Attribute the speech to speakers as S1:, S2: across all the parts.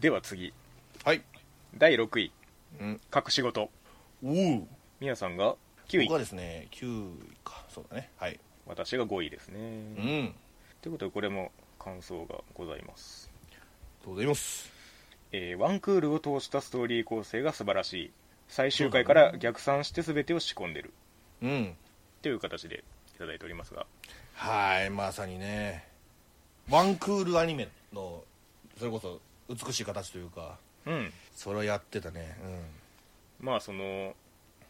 S1: では次
S2: はい
S1: 第6位
S2: うん
S1: 隠し事
S2: おお
S1: みやさんが9
S2: 僕は
S1: 位
S2: ですね9位かそうだねはい
S1: 私が5位ですね、
S2: う
S1: っ
S2: ん
S1: てことでこれも感想がございます、
S2: どうございます
S1: えーワンクールを通したストーリー構成が素晴らしい最終回から逆算して全てを仕込んでる
S2: うん
S1: という形でいただいておりますが
S2: はいまさにねワンクールアニメのそれこそ美しい形というか
S1: うん
S2: それをやってたね
S1: まあその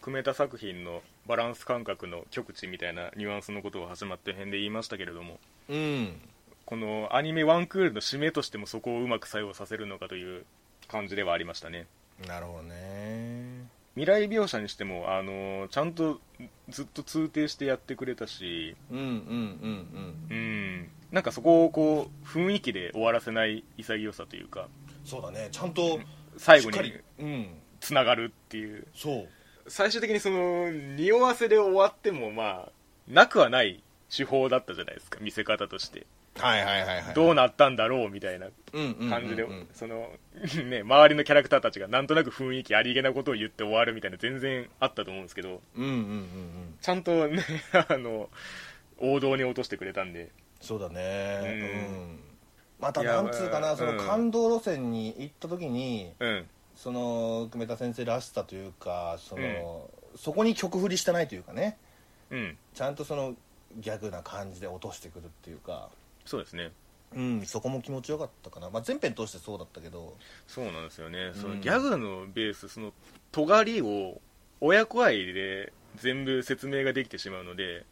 S1: 組めた作品のバランス感覚の極致みたいなニュアンスのことを始まって辺で言いましたけれども
S2: うんうん
S1: このアニメワンクールの締めとしてもそこをうまく作用させるのかという感じではありましたね
S2: なるほどね
S1: 未来描写にしてもあのちゃんとずっと通底してやってくれたし
S2: うんうんうん
S1: うんなんかそこをこう雰囲気で終わらせない潔さというか
S2: うんそうだねちゃんと
S1: 最
S2: し
S1: 後
S2: っか
S1: に
S2: りうん
S1: つながるっていう
S2: そう
S1: 最終的にその匂わせで終わってもまあなくはない手法だったじゃないですか見せ方として
S2: はいはいはいはい
S1: どうなったんだろうみたいな感じで
S2: うんうんうんうん
S1: そのね周りのキャラクターたちがなんとなく雰囲気ありげなことを言って終わるみたいな全然あったと思うんですけど
S2: うんうんうんうん
S1: ちゃんとね あの王道に落としてくれたんで
S2: そうだね
S1: うん
S2: うんまた
S1: いや
S2: なんつうか
S1: う
S2: なんその感動路線に行った時に
S1: うん
S2: その久米田先生らしさというかそのそこに曲振りしてないというかね
S1: うん
S2: ちゃんとそのギャグな感じで落としてくるっていうか
S1: そうですね
S2: うんそこも気持ちよかったかなまあ全編通してそうだったけど
S1: そうなんですよね、
S2: うん
S1: そのギャグのベースその尖りを親子愛で全部説明ができてしまうので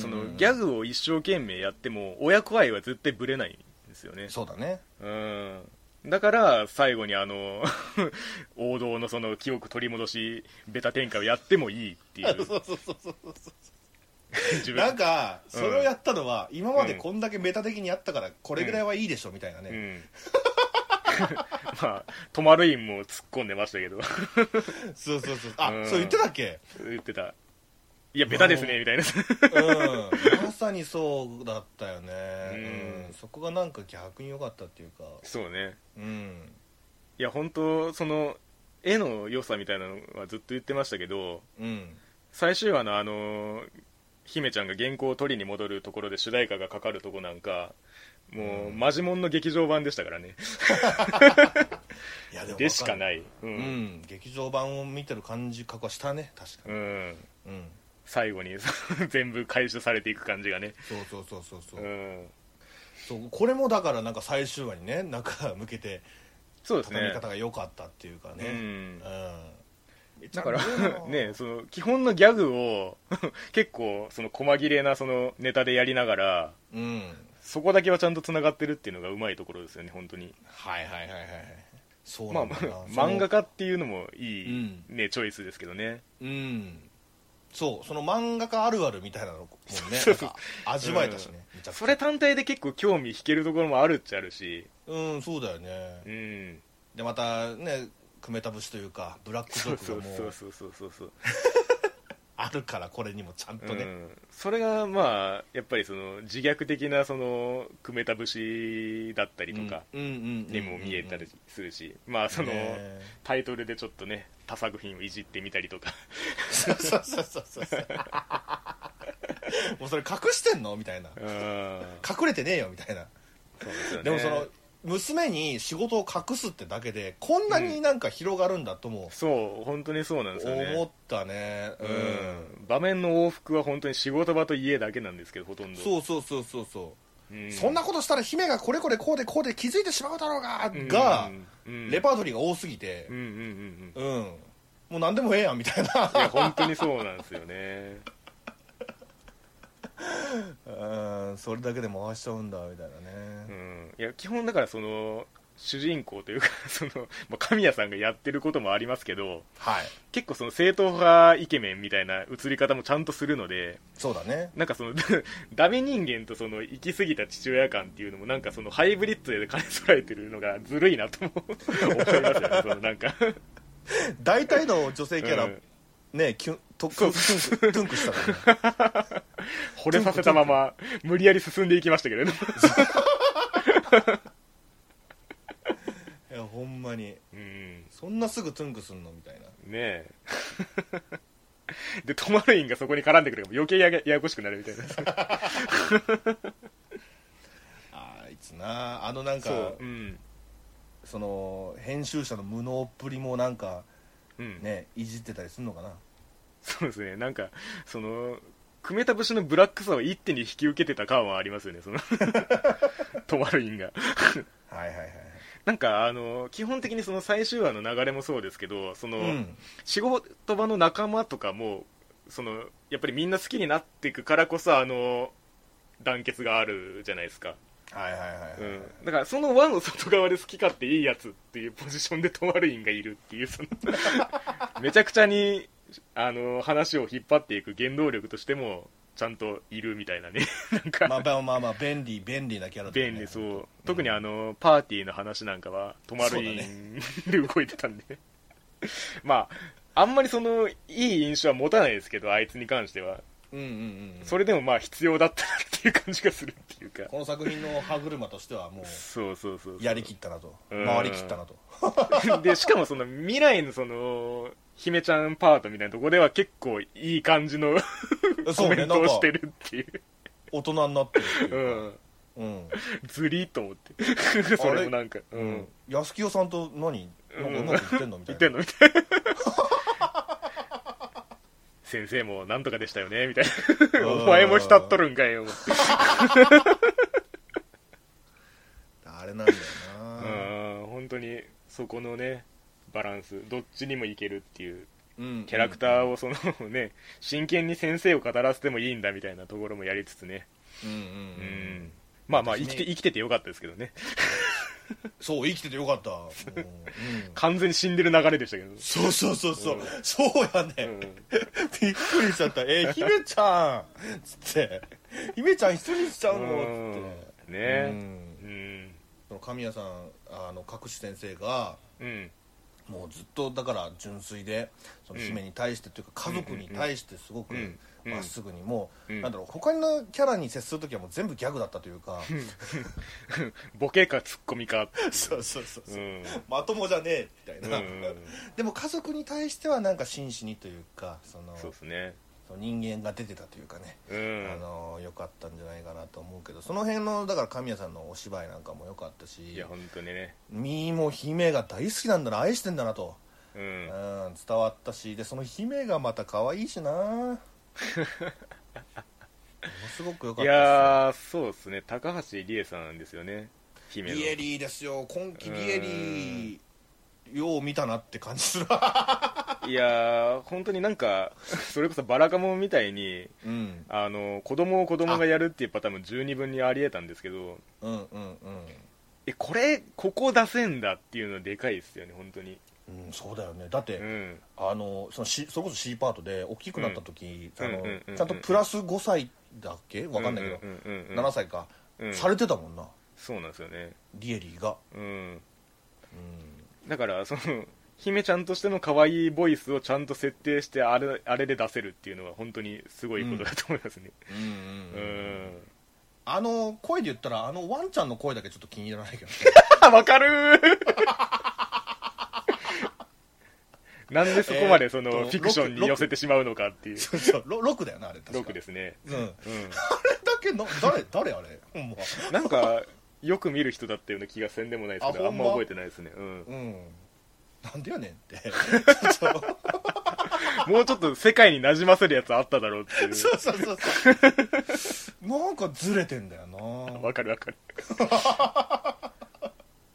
S1: そのギャ
S2: グ
S1: グを一生懸命やっても親子愛は絶対ぶれないんですよね
S2: そうだね
S1: うんだから最後にあの 王道のその記憶取り戻しベタ展開をやってもいいっていう
S2: そうそうそうそう
S1: 自分
S2: なんかそれをやったのは今まで
S1: うん
S2: こんだけメタ的にやったからこれぐらいはいいでしょみたいな
S1: う
S2: ね
S1: ん まあ止まるンも突っ込んでましたけど
S2: そうそうそうあ
S1: うん
S2: そう言ってたっけ
S1: 言ってたいやベタですねみたいな
S2: うんまさにそうだったよね
S1: うん
S2: うんそこがなんか逆に良かったっていうか
S1: そうね
S2: うん
S1: いや本当その絵の良さみたいなのはずっと言ってましたけど
S2: うん
S1: 最終話のあの姫ちゃんが原稿を取りに戻るところで主題歌がかかるとこなんかもう、
S2: うん
S1: マジモンの劇場版でしたからね
S2: いやでも
S1: でしか
S2: い
S1: ないうん、
S2: う
S1: うん
S2: ん劇場版を見てる感じ覚はしたね確かにうん
S1: 最後に 全部回収されていく感じがね
S2: そうそうそうそうそううんそうこれもだからなんか最終話にね中向けて
S1: そうです
S2: 畳み
S1: ね
S2: 方が良かったっていうか
S1: う
S2: ね
S1: ん
S2: うん
S1: だから
S2: ちゃん と
S1: ねその基本のギャグを 結構その細切れなそのネタでやりながら
S2: うん
S1: そこだけはちゃんとつながってるっていうのがうまいところですよね本当に
S2: はいはいはいはいそう
S1: ま
S2: な
S1: あ
S2: んだ
S1: まあ
S2: な、
S1: 漫画
S2: 家
S1: 家っていうのもいい、
S2: うん
S1: ね、チョイスですけどね
S2: うんそうその漫画家あるあるみたいなのもね
S1: そう
S2: な
S1: そうん
S2: か味わえたしね、めちゃくちゃ
S1: それ単体で結構興味引けるところもあるっちゃあるし
S2: うんそうだよね
S1: うん
S2: でまたね久米田節というかブラックジ
S1: そ
S2: ョ
S1: う
S2: ー
S1: そ
S2: ク
S1: う
S2: がも
S1: そう
S2: う
S1: そうそうそうそう
S2: あるからこれにもちゃんと
S1: う
S2: ね
S1: ん、それがまあやっぱりその自虐的なその組めた節だったりとか
S2: うんうんうんうん
S1: にも見えたりするし、まあその、
S2: ねえ
S1: タイトルでちょっとね他作品をいじってみたりとか
S2: そうそうそうそ うそうもうそれ隠してんのみたいな
S1: うん
S2: 隠れてねえよみたいな
S1: そうですよね
S2: でもその娘に仕事を隠すってだけでこんなになんか広がるんだとも
S1: そう本当にそうなんですよね
S2: 思ったねう、
S1: うんん、場面の往復は本当に仕事場と家だけなんですけどほとんど
S2: そうそうそうそうそう、
S1: うん、
S2: そんなことしたら姫がこれこれこうでこうで気づいてしまうだろうが、
S1: うんう
S2: が、
S1: ん
S2: レパートリーが多すぎて
S1: うんうんうんう
S2: うんん、もう何でもええやんみたいない
S1: や本当にそうなんですよね
S2: うんそれだけで回しちゃうんだみたいな
S1: う
S2: ね、
S1: んいや基本だからその主人公というか その、まあ、神谷さんがやってることもありますけど
S2: はい
S1: 結構その正統派イケメンみたいな映り方もちゃんとするので
S2: そうだね
S1: なんかその ダメ人間とその行き過ぎた父親感っていうのもなんかそのハイブリッドで兼ね備えてるのがずるいなとも思いますよねそのなん か
S2: 大体の女性キャラ、
S1: うん
S2: ねキュン とクンクトゥンクしたから、ね、
S1: 惚れさせたまま無理やり進んでいきましたけれど
S2: いいやほんまに
S1: うん
S2: そんなすぐトゥンクすんのみたいな
S1: ねえ でトマルインがそこに絡んでくるから余計やややこしくなるみ たいな
S2: あいつなあのなんか
S1: そう
S2: そ,、
S1: うん
S2: の編集者の無能っぷりもなんか
S1: うん
S2: ねいじってたりすんのかな
S1: そうですねなんかその組めた節のブラックさを一手に引き受けてた感はありますよね そのトマルインが
S2: はいはいはい
S1: なんかあの基本的にその最終話の流れもそうですけどその、
S2: うん
S1: 仕事場の仲間とかもそのやっぱりみんな好きになっていくからこそあの団結があるじゃないですか、
S2: はいはいはいはい、
S1: うん、だからその輪の外側で好き勝手いいやつっていうポジションでトマルインがいるっていうそ のめちゃくちゃにあの話を引っ張っていく原動力としてもちゃんといるみたいなねなんか、
S2: まあまあまあまあ便利便利なキャラだよね
S1: 便利そう、特にあのパーティーの話なんかは泊まるインで動いてたんで、 まああんまりそのいい印象は持たないですけどあいつに関しては
S2: うんうんうん
S1: それでもまあ必要だったなっていう感じがするっていうか
S2: この作品の歯車としてはもう
S1: そうそうそうそう
S2: やりきったなと
S1: うん
S2: 回りきったなと
S1: でしかもその未来のその姫ちゃんパートみたいなとこでは結構いい感じのコ
S2: そう
S1: メ
S2: ね
S1: ン
S2: な
S1: ト
S2: ん
S1: を
S2: か
S1: してるっていう
S2: 大人になってるって
S1: う
S2: いうんかうん
S1: ずりっと思って それもなんかう
S2: うんん安清さんと何なんかうまくいってんのみた
S1: 言って
S2: いなん
S1: の みたいな先生もなんとかでしたよねみたいなお前も浸っとるんかいよ、
S2: あれなんだよ
S1: う、
S2: なん
S1: 本当にそこのねバランスどっちにもいけるっていう
S2: うん
S1: キャラクターをそのね真剣に先生を語らせてもいいんだみたいなところもやりつつね
S2: うんうん
S1: う、
S2: うんん
S1: まあまあ生
S2: 私ね
S1: きて生きててよかったですけどね
S2: そう生きててよかったも ううん
S1: 完全に死んでる流れでしたけど、
S2: そうそうそうそう
S1: うん
S2: そうやね
S1: うん
S2: びっくりしちゃった 「え姫ちゃん」つって「姫ちゃん一人にしちゃうの?」
S1: うん
S2: っ
S1: ね
S2: て
S1: え
S2: うん
S1: うん
S2: その神谷さんあの各種先生が
S1: うん
S2: もうずっとだから純粋でその
S1: うん
S2: 姫に対してというか家族に対してすごく
S1: うんうん
S2: まっすぐにもう
S1: うん
S2: なんだろう他のキャラに接する時はもう全部ギャグだったというか
S1: ボケかツッコミかっていう
S2: そうそうそう そううんまともじゃねえみたいな
S1: うん
S2: でも家族に対してはなんか真摯にというかその
S1: そうですね
S2: その人間が出てたというかね
S1: う
S2: あ
S1: ん
S2: のよかったんじゃないかなと思うけどその辺のだから神谷さんのお芝居なんかも良かった
S1: い
S2: し
S1: や本当にね
S2: みーも姫が大好きなんだな愛してんだなと
S1: う
S2: うん
S1: ん
S2: 伝わったしでその姫がまた可愛いしなものすごく良か
S1: い
S2: った
S1: やーそうですね高橋理恵さんですよね
S2: で
S1: 姫
S2: す
S1: の
S2: リエリーですよ今季リエリーよう見たなって感じする
S1: いやー本当になんか それこそバラカモンみたいに
S2: うん
S1: あの子供を子供がやるっていうパターンも十二分にありえたんですけど
S2: うんうんうん
S1: えこれここ出せんだっていうのはでかいですよね本当に
S2: うん、そうだよねだって、
S1: うん
S2: あのその C それこそ C パートで大きくなった時、
S1: うん
S2: あの
S1: うんうんうん
S2: ちゃんとプラス5歳だっけわかんないけど、
S1: うんうんうんうん
S2: 7歳か、
S1: うん
S2: されてたもんな
S1: そうなんですよね
S2: リエリーが、
S1: うん
S2: うん、
S1: だからその姫ちゃんとしての可愛いボイスをちゃんと設定してあれあれで出せるっていうのは本当にすごいことだと思いますね
S2: うん
S1: うん、
S2: あの声で言ったらあのワンちゃんの声だけちょっと気に入らないけ どね
S1: あわかる ーなんでそこまでその、
S2: えーっと
S1: フィクションに
S2: 六
S1: 寄せてしまうのかっていう
S2: そう そうロ6だよなあれ確か
S1: ロクですね、
S2: うん、あれだ
S1: う
S2: けの誰誰あれほんま
S1: ん、なんかよく見る人だったような気がせんでもないですけどあ
S2: あ
S1: ん
S2: ほ
S1: ま
S2: んま
S1: 覚えてないですね、うん、
S2: うんなんでやねんって
S1: もうちょっと世界に馴染ませるやつあっただろうっていう
S2: そうそうそうそうなんかずれてんだよな
S1: わかるわかる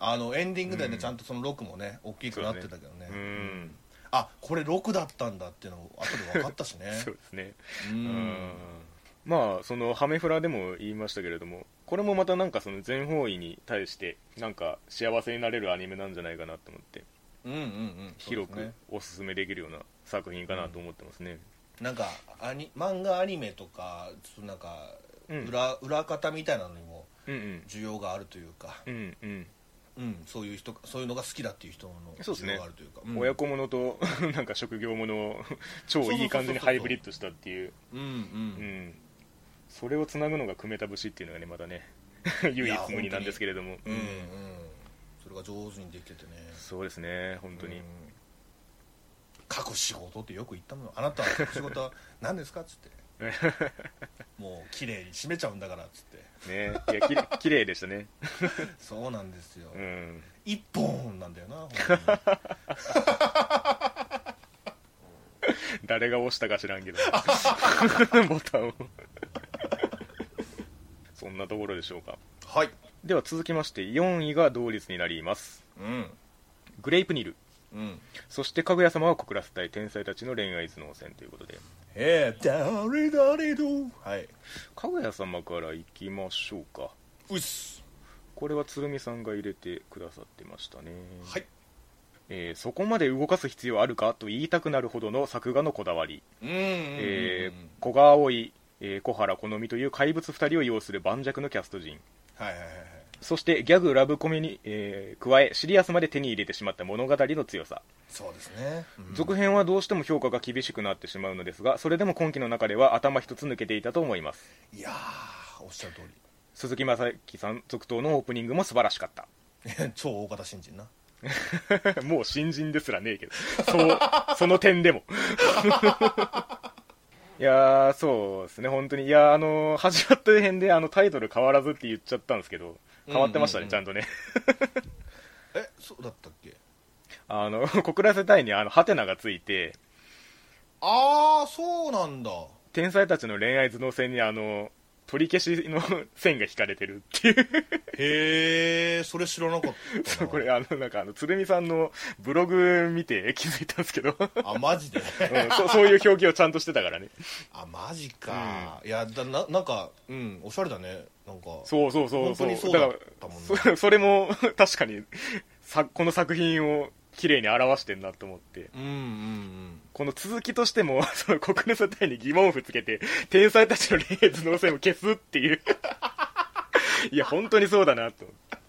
S2: あのエンディングで
S1: う
S2: ね、
S1: ん
S2: ちゃんとその6もね大きくなってたけどね
S1: う
S2: うん
S1: ん
S2: あこれ6だったんだっていうのも後で分かったしね
S1: そうですね
S2: うん
S1: まあそのハメフラでも言いましたけれどもこれもまたなんかその全方位に対してなんか幸せになれるアニメなんじゃないかなと思って
S2: うんうんうん
S1: 広
S2: そうです
S1: く
S2: ね
S1: おすすめできるような作品かなと思ってますね、
S2: なんかアニ漫画アニメとかちょっとなんか
S1: うん
S2: 裏,、裏方みたいなのにも
S1: うん、うん
S2: 需要があるというか、
S1: うんうん
S2: うん、そういう人そういうのが好きだっていう人の
S1: そうです
S2: 需
S1: ね
S2: 要があるというかう,、
S1: 親子ものと なんか職業もの を超いい感じにハイブリッドしたっていう
S2: うんう
S1: うんんそれを つなぐのが組めた節っていうのがねまたね唯一無二なんですけれども
S2: うんうん、それが上手にできててね
S1: そうですね本当に、
S2: うん書く仕事ってよく言ったものあなたは書く仕事は何ですかっつって もう綺麗に締めちゃうんだからっつって
S1: ねいやき れ綺麗でしたね
S2: そうなんですよ、
S1: うん
S2: 一本なんだよな本当に
S1: 誰が押したか知らん けどボタンを そんなところでしょうか
S2: はい
S1: では続きまして4位が同率になります
S2: うん
S1: グレイプニル
S2: うん
S1: そしてかぐや様は告らせたい天才たちの恋愛頭脳戦ということで
S2: えー、だれだれどはい
S1: かぐや様からいきましょうか
S2: うっす
S1: これは鶴見さんが入れてくださってましたね、
S2: はい
S1: えーそこまで動かす必要あるかと言いたくなるほどの作画のこだわり、
S2: うん、
S1: えー古賀葵、えー小原好美という怪物2人を擁する盤石のキャスト陣
S2: はいはいはいはい
S1: そしてギャグラブコメに、えー加えシリアスまで手に入れてしまった物語の強さ
S2: そうですね、うん
S1: 続編はどうしても評価が厳しくなってしまうのですがそれでも今期の中では頭一つ抜けていたと思います
S2: いやーおっしゃる通り
S1: 鈴木雅之さん続投のオープニングも素晴らしかった
S2: 超大型新人な
S1: もう新人ですらねえけど そうその点でもいやーそうですね本当にいやーあのー始まった辺であのタイトル変わらずって言っちゃったんですけど変わってましたね、
S2: うんうんうん
S1: ちゃんとね
S2: えそうだったっけ
S1: あの告らせたいにあのハテナがついて
S2: ああそうなんだ
S1: 天才たちの恋愛頭脳戦にあの取り消しの線が引かれてるっていう
S2: へえそれ知らなかったな
S1: そうこれあのなんかあの鶴見さんのブログ見て気づいたんですけど、 うん
S2: あマジで
S1: そうそういう表記をちゃんとしてたからね
S2: あマジか、いやだななんかうんおしゃれだねなんか
S1: そうそうそうそう
S2: 本当にそうだっ
S1: から
S2: たもんね
S1: そ それも確かにさこの作品を綺麗に表してんなと思って
S2: うんうんうん
S1: この続きとしても その国連世帯に疑問符つけて天才たちの霊頭脳線を消すっていう いや本当にそうだなと思っ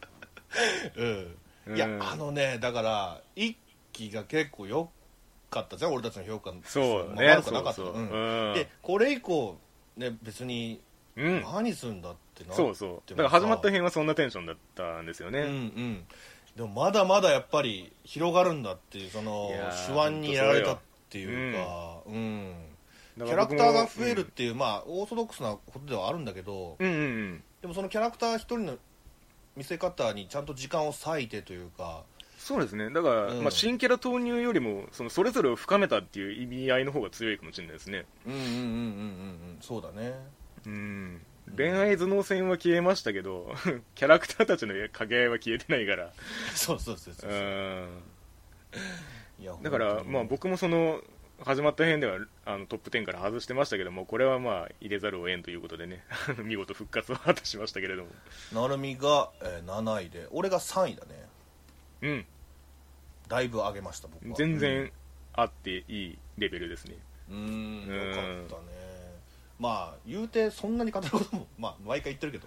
S1: て
S2: う、
S1: うんん
S2: いやあのねだから一期が結構良かったじゃん俺たちの評価
S1: そう
S2: まあ
S1: ね
S2: 悪くなかった
S1: そうそう
S2: うん
S1: うん
S2: でこれ以降ね別に
S1: うん
S2: 何するんだってなって
S1: そう
S2: も
S1: そう
S2: さ
S1: だから始まった辺はそんなテンションだったんですよね、
S2: うんうんでもまだまだやっぱり広がるんだっていうその
S1: いやー
S2: 手腕にやられたっていうかうん、キ
S1: だか
S2: ャ
S1: ら
S2: ラ
S1: 僕
S2: ク
S1: も
S2: ターが増えるっていう、まあオーソドックスなことではあるんだけど、
S1: うんうんうん
S2: でもそのキャラクター一人の見せ方にちゃんと時間を割いてというか
S1: そうですねだから、
S2: うん
S1: まあ、新キャラ投入よりもそのそれぞれを深めたっていう意味合いの方が強いかもしれないですね
S2: うんうんうんうんうんうんそうだね
S1: うん恋愛頭脳戦は消えましたけど キャラクターたちの影合いは消えてないから
S2: そうそうそうそうう、
S1: ん
S2: いや
S1: だから、
S2: 本当に
S1: まあ、僕もその始まった辺ではあのトップ10から外してましたけどもこれはまあ入れざるを得んということでね 見事復活を果たしましたけれども
S2: なるみが、えー7位で俺が3位だね
S1: うん
S2: だいぶ上げました僕は
S1: 全然あっていいレベルですね
S2: うん
S1: うん
S2: よかったねまあ言うてそんなに語ることもまあ毎回言ってるけど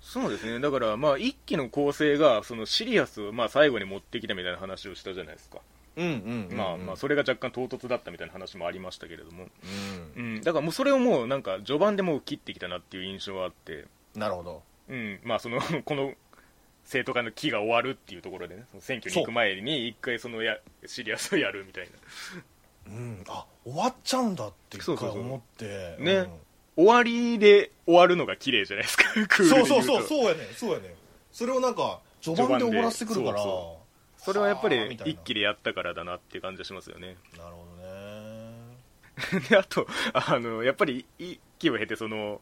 S1: そうですねだからまあ一期の構成がそのシリアスをまあ最後に持ってきたみたいな話をしたじゃないですか、
S2: うんうん
S1: まあまあそれが若干唐突だったみたいな話もありましたけれども
S2: う
S1: うん、だからもうそれをもうなんか序盤でもう切ってきたなっていう印象はあって、
S2: んなるほど
S1: うん、まあその この生徒会の期が終わるっていうところでねその選挙に行く前に一回そのやシリアスをやるみたいな
S2: うんあ終わっちゃうんだって一
S1: そう
S2: 回
S1: そうそう
S2: 思って
S1: ね終わりで終わるのが綺麗じゃないですか ク
S2: う
S1: ー
S2: ん
S1: ルで
S2: そ
S1: 言
S2: う
S1: うと
S2: そうそうそうやねそうやねそれをなんか序盤で終わらせてくるから
S1: 序盤でそれはやっぱ
S2: はあみ
S1: り
S2: たいな
S1: 一気でやったからだなっていう感じがしますよね
S2: なるほどね
S1: であとあのやっぱり一期を経てその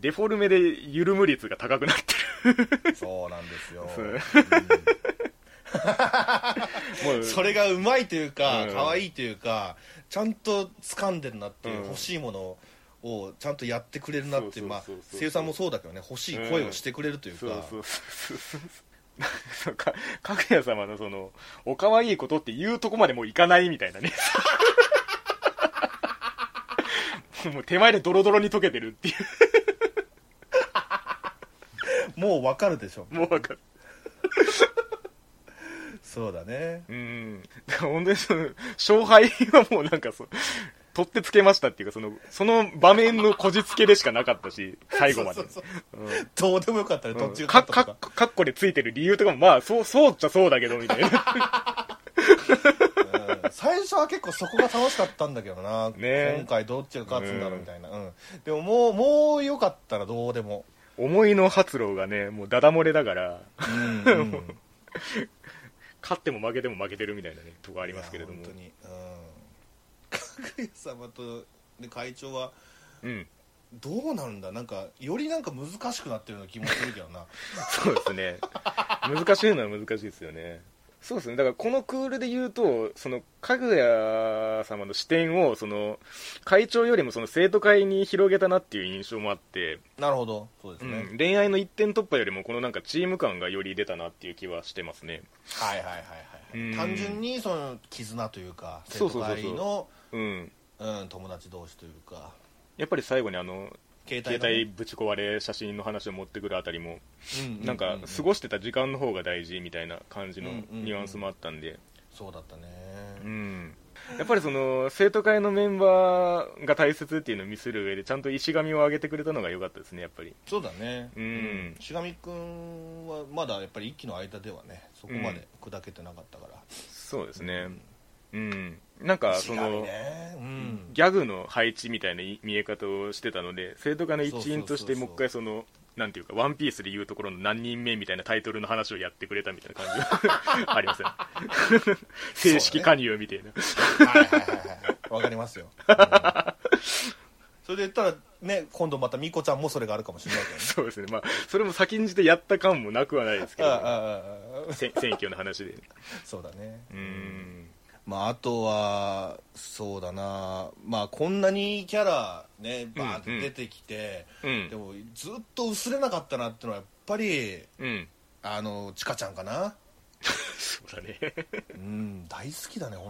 S1: デフォルメで緩む率が高くなって
S2: そうなんですよ、
S1: そう
S2: うん
S1: る もう
S2: それがうまいというか
S1: うん
S2: 可愛、いというかちゃんと掴んでるなっていう、
S1: うん
S2: 欲しいものをちゃんとやってくれるなってい
S1: そうそうそうそ
S2: う
S1: う
S2: まあ声優さんもそうだけどね欲しい声をしてくれるというか、
S1: そうそうそうそう そうかかぐや様のそのおかわいいことって言うとこまでもういかないみたいなね もう手前でドロドロに溶けてるってい
S2: もうわかるでしょ
S1: うもう分かる
S2: そうだね
S1: うんだから本当にその勝敗はもうなんかそう取ってつけましたっていうか、その、その場面のこじつけでしかなかったし、最後まで。
S2: そうそうそう
S1: うん
S2: どうでもよかったね、どっちが
S1: か
S2: 勝っ
S1: か
S2: たと
S1: っ
S2: か
S1: こかっこでついてる理由とかもまあそうそうっちゃそうだけどみたいな
S2: うん最初は結構そこが楽しかったんだけどな、
S1: ね
S2: 今回どっちが勝つんだろうみたいな、うんでももうもうよかったらどうでも、
S1: 思いの発露がねもうダダ漏れだから
S2: うんうん
S1: 勝っても負けても負けてるみたいなねとこ ありますけれども
S2: いや本当に、うん、かぐや様とで会長は
S1: うん
S2: どうなるんだなんかよりなんか難しくなってるような気もするけ どな
S1: そうですね難しいのは難しいですよねそうですねだからこのクールで言うとそのかぐや様の視点をその会長よりもその生徒会に広げたなっていう印象もあって、
S2: なるほどそうです
S1: うん
S2: ね、
S1: 恋愛の一点突破よりもこのなんかチーム感がより出たなっていう気はしてますね
S2: はいはいはいはい、
S1: うん
S2: 単純にその絆というか生
S1: そう
S2: 徒
S1: そうそうそう
S2: 会の
S1: うん
S2: うん友達同士というか
S1: やっぱり最後にあの
S2: 携
S1: 携
S2: のね
S1: 帯ぶち壊れ写真の話を持ってくるあたりも
S2: うんうう
S1: なんか過ごしてた時間の方が大事みたいな感じの
S2: うんうんうん
S1: ニュアンスもあったんで
S2: そうだったね
S1: うんやっぱりその生徒会のメンバーが大切っていうのを見せる上でちゃんと石神を上げてくれたのが良かったですねやっぱり
S2: そうだね
S1: うん
S2: しがみくんはまだやっぱり一期の間ではねそこまで砕けてなかったから、
S1: そうですねうんなんかそ
S2: しがみ
S1: の
S2: ねうん
S1: ギャグの配置みたいな見え方をしてたので生徒会の一員として
S2: そうそうそうそう
S1: もう一回そのなんていうか「ワンピースでいうところの何人目みたいなタイトルの話をやってくれたみたいな感じ がありますよね正式加入みたいな
S2: はいはいはいはいわかりますよ、 うんそれで言ったらね今度またみこちゃんもそれがあるかもしれないけどね
S1: そうですね、まあ、それも先んじてやった感もなくはないですけ
S2: ああ
S1: ど、
S2: あああ
S1: せ選 挙の話で。
S2: そうだね
S1: うん。
S2: まあ、あとは、そうだな、まあ、こんなにキャラ、ね、バー
S1: うんう
S2: ン
S1: ん
S2: って出てきて、
S1: うん
S2: で。もずっと薄れなかったなってのは、やっぱり、
S1: うん。
S2: あのちかちゃんかな、
S1: そうだね。
S2: うん、大好きだね、本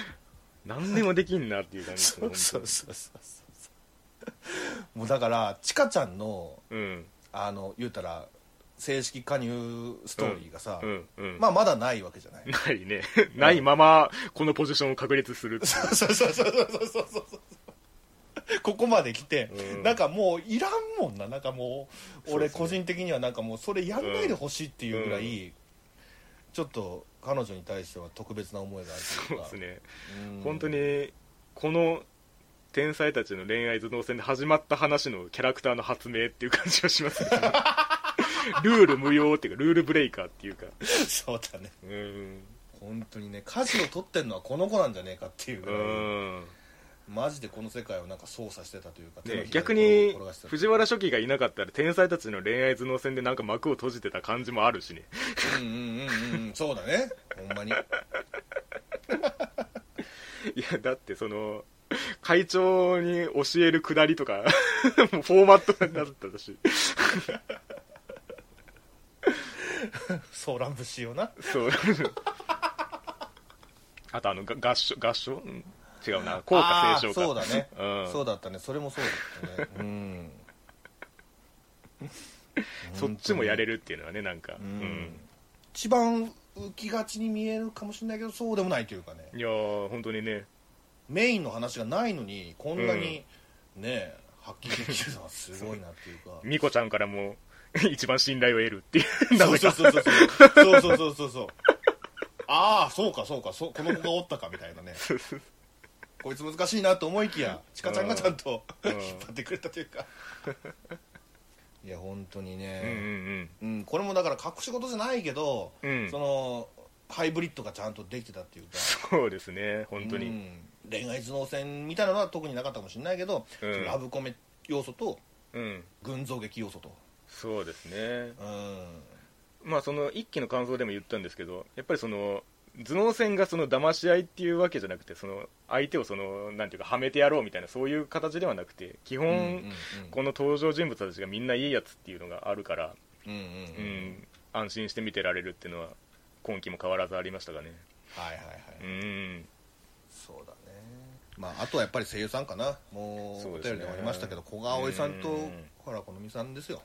S1: 何でもできんなっていう感じです
S2: 当
S1: ね
S2: に、そうそうそうそう、もうだから、ちかちゃんの、
S1: 本当にうん。
S2: あの言うたら、正式加入ストーリーがさ、
S1: うん。うん。
S2: まあ、まだないわけじゃない。
S1: ないね。ないまま、このポジションを確立するっていう。
S2: そうそうそうそうそうそうそうここまで来て、
S1: うん
S2: なんかもういらんもんななんかもう
S1: そう
S2: 俺
S1: ですね
S2: 個人的にはなんかもうそれやんないでほしいっていうぐらい、
S1: う
S2: ちょっと彼女に対しては特別な思いがあると
S1: そ
S2: いうう
S1: で
S2: か
S1: すね。
S2: うん
S1: 本当に、この、天才たちの恋愛頭脳戦で始まった話のキャラクターの発明っていう感じがしますね。 ルール無用っていうか、ルールブレイカーっていうか。
S2: そうだね
S1: うん。
S2: 本当にね舵を取ってんのはこの子なんじゃねえかっていうぐ
S1: う
S2: らい、
S1: ん。
S2: マジでこの世界をなんか操作してたというか、手の
S1: ね
S2: ひら、で
S1: 逆に
S2: 転がしてた
S1: 藤原初期がいなかったら天才たちの恋愛頭脳戦でなんか幕を閉じてた感じもあるしね
S2: うんうんうんうんうんそうだねほんまに
S1: いやだってその会長に教えるくだりとか もうフォーマットになったし
S2: ソーラン節をな
S1: そう あとあのが合唱合唱、うん違うな効果
S2: あ
S1: 斉
S2: ー
S1: 唱か
S2: そうだね、
S1: うん
S2: そうだったねそれもそうだ ったねうん
S1: そっちもやれるっていうのはねなんか、う
S2: うんん一番浮きがちに見えるかもしれないけどそうでもないというかね
S1: いやー本当にね
S2: メインの話がないのにこんなに、ね発揮できるのはすごいなっていうか
S1: 美子ちゃんからも一番信頼を得るっていうな
S2: そ
S1: ぜ
S2: うそう
S1: か
S2: そうそうそうそうそうそうそうああそうかそうかそうこの子がおったかみたいなねこいつ難しいなと思いきやちかちゃんがちゃんと
S1: うん
S2: 引っ張ってくれたというかいや本当にね、
S1: うんうん
S2: うん、これもだから隠し事じゃないけど、
S1: うん
S2: そのハイブリッドがちゃんとできてたっていうか
S1: そうですね本当に、
S2: うん恋愛頭脳戦みたいなのは特になかったかもしれないけど、
S1: うん
S2: そのラブコメ要素と
S1: うん
S2: 群像劇要素と、
S1: そうですね、
S2: うん、
S1: まあ、その一期の感想でも言ったんですけど、やっぱりその頭脳戦がその騙し合いっていうわけじゃなくて、その相手をそのなんていうか、はめてやろうみたいな、そういう形ではなくて、基本、
S2: うんうん
S1: この登場人物たちがみんないいやつっていうのがあるから、
S2: うんうん
S1: う
S2: うん
S1: ん安心して見てられるっていうのは、今期も変わらずありましたがね。
S2: はいはいはい、
S1: うん
S2: そうだねまあ、あとはやっぱり声優さんかなもう
S1: そう
S2: お
S1: ですね
S2: 便りでもありましたけど古賀葵さんと
S1: うん
S2: 小原好美さんですよ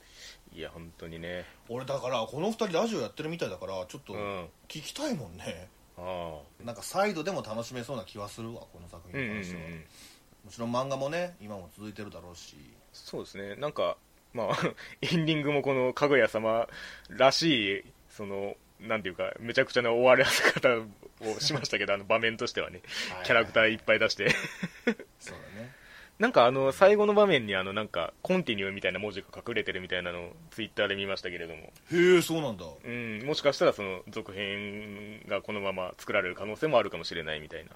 S1: いや本当にね、
S2: 俺だからこの二人ラジオやってるみたいだからちょっと
S1: うん、
S2: 聞
S1: あ
S2: きたいもんね、
S1: あ、
S2: なんかサイドでも楽しめそうな気はするわこの作
S1: うん
S2: 品
S1: うんう
S2: に関しては、
S1: ん、
S2: もちろん漫画もね今も続いてるだろうし
S1: そうですねなんかまあ エンディングもこのかぐや様らしいそのなんていうかめちゃくちゃな終わらせ方をしましたけ どあの場面としてはねキャラクターいっぱい出して
S2: そうだね
S1: なんかあの最後の場面にあのなんかコンティニューみたいな文字が隠れてるみたいなのをツイッターで見ましたけれども、
S2: へえそうなんだ
S1: うん、もしかしたらその続編がこのまま作られる可能性もあるかもしれないみたいな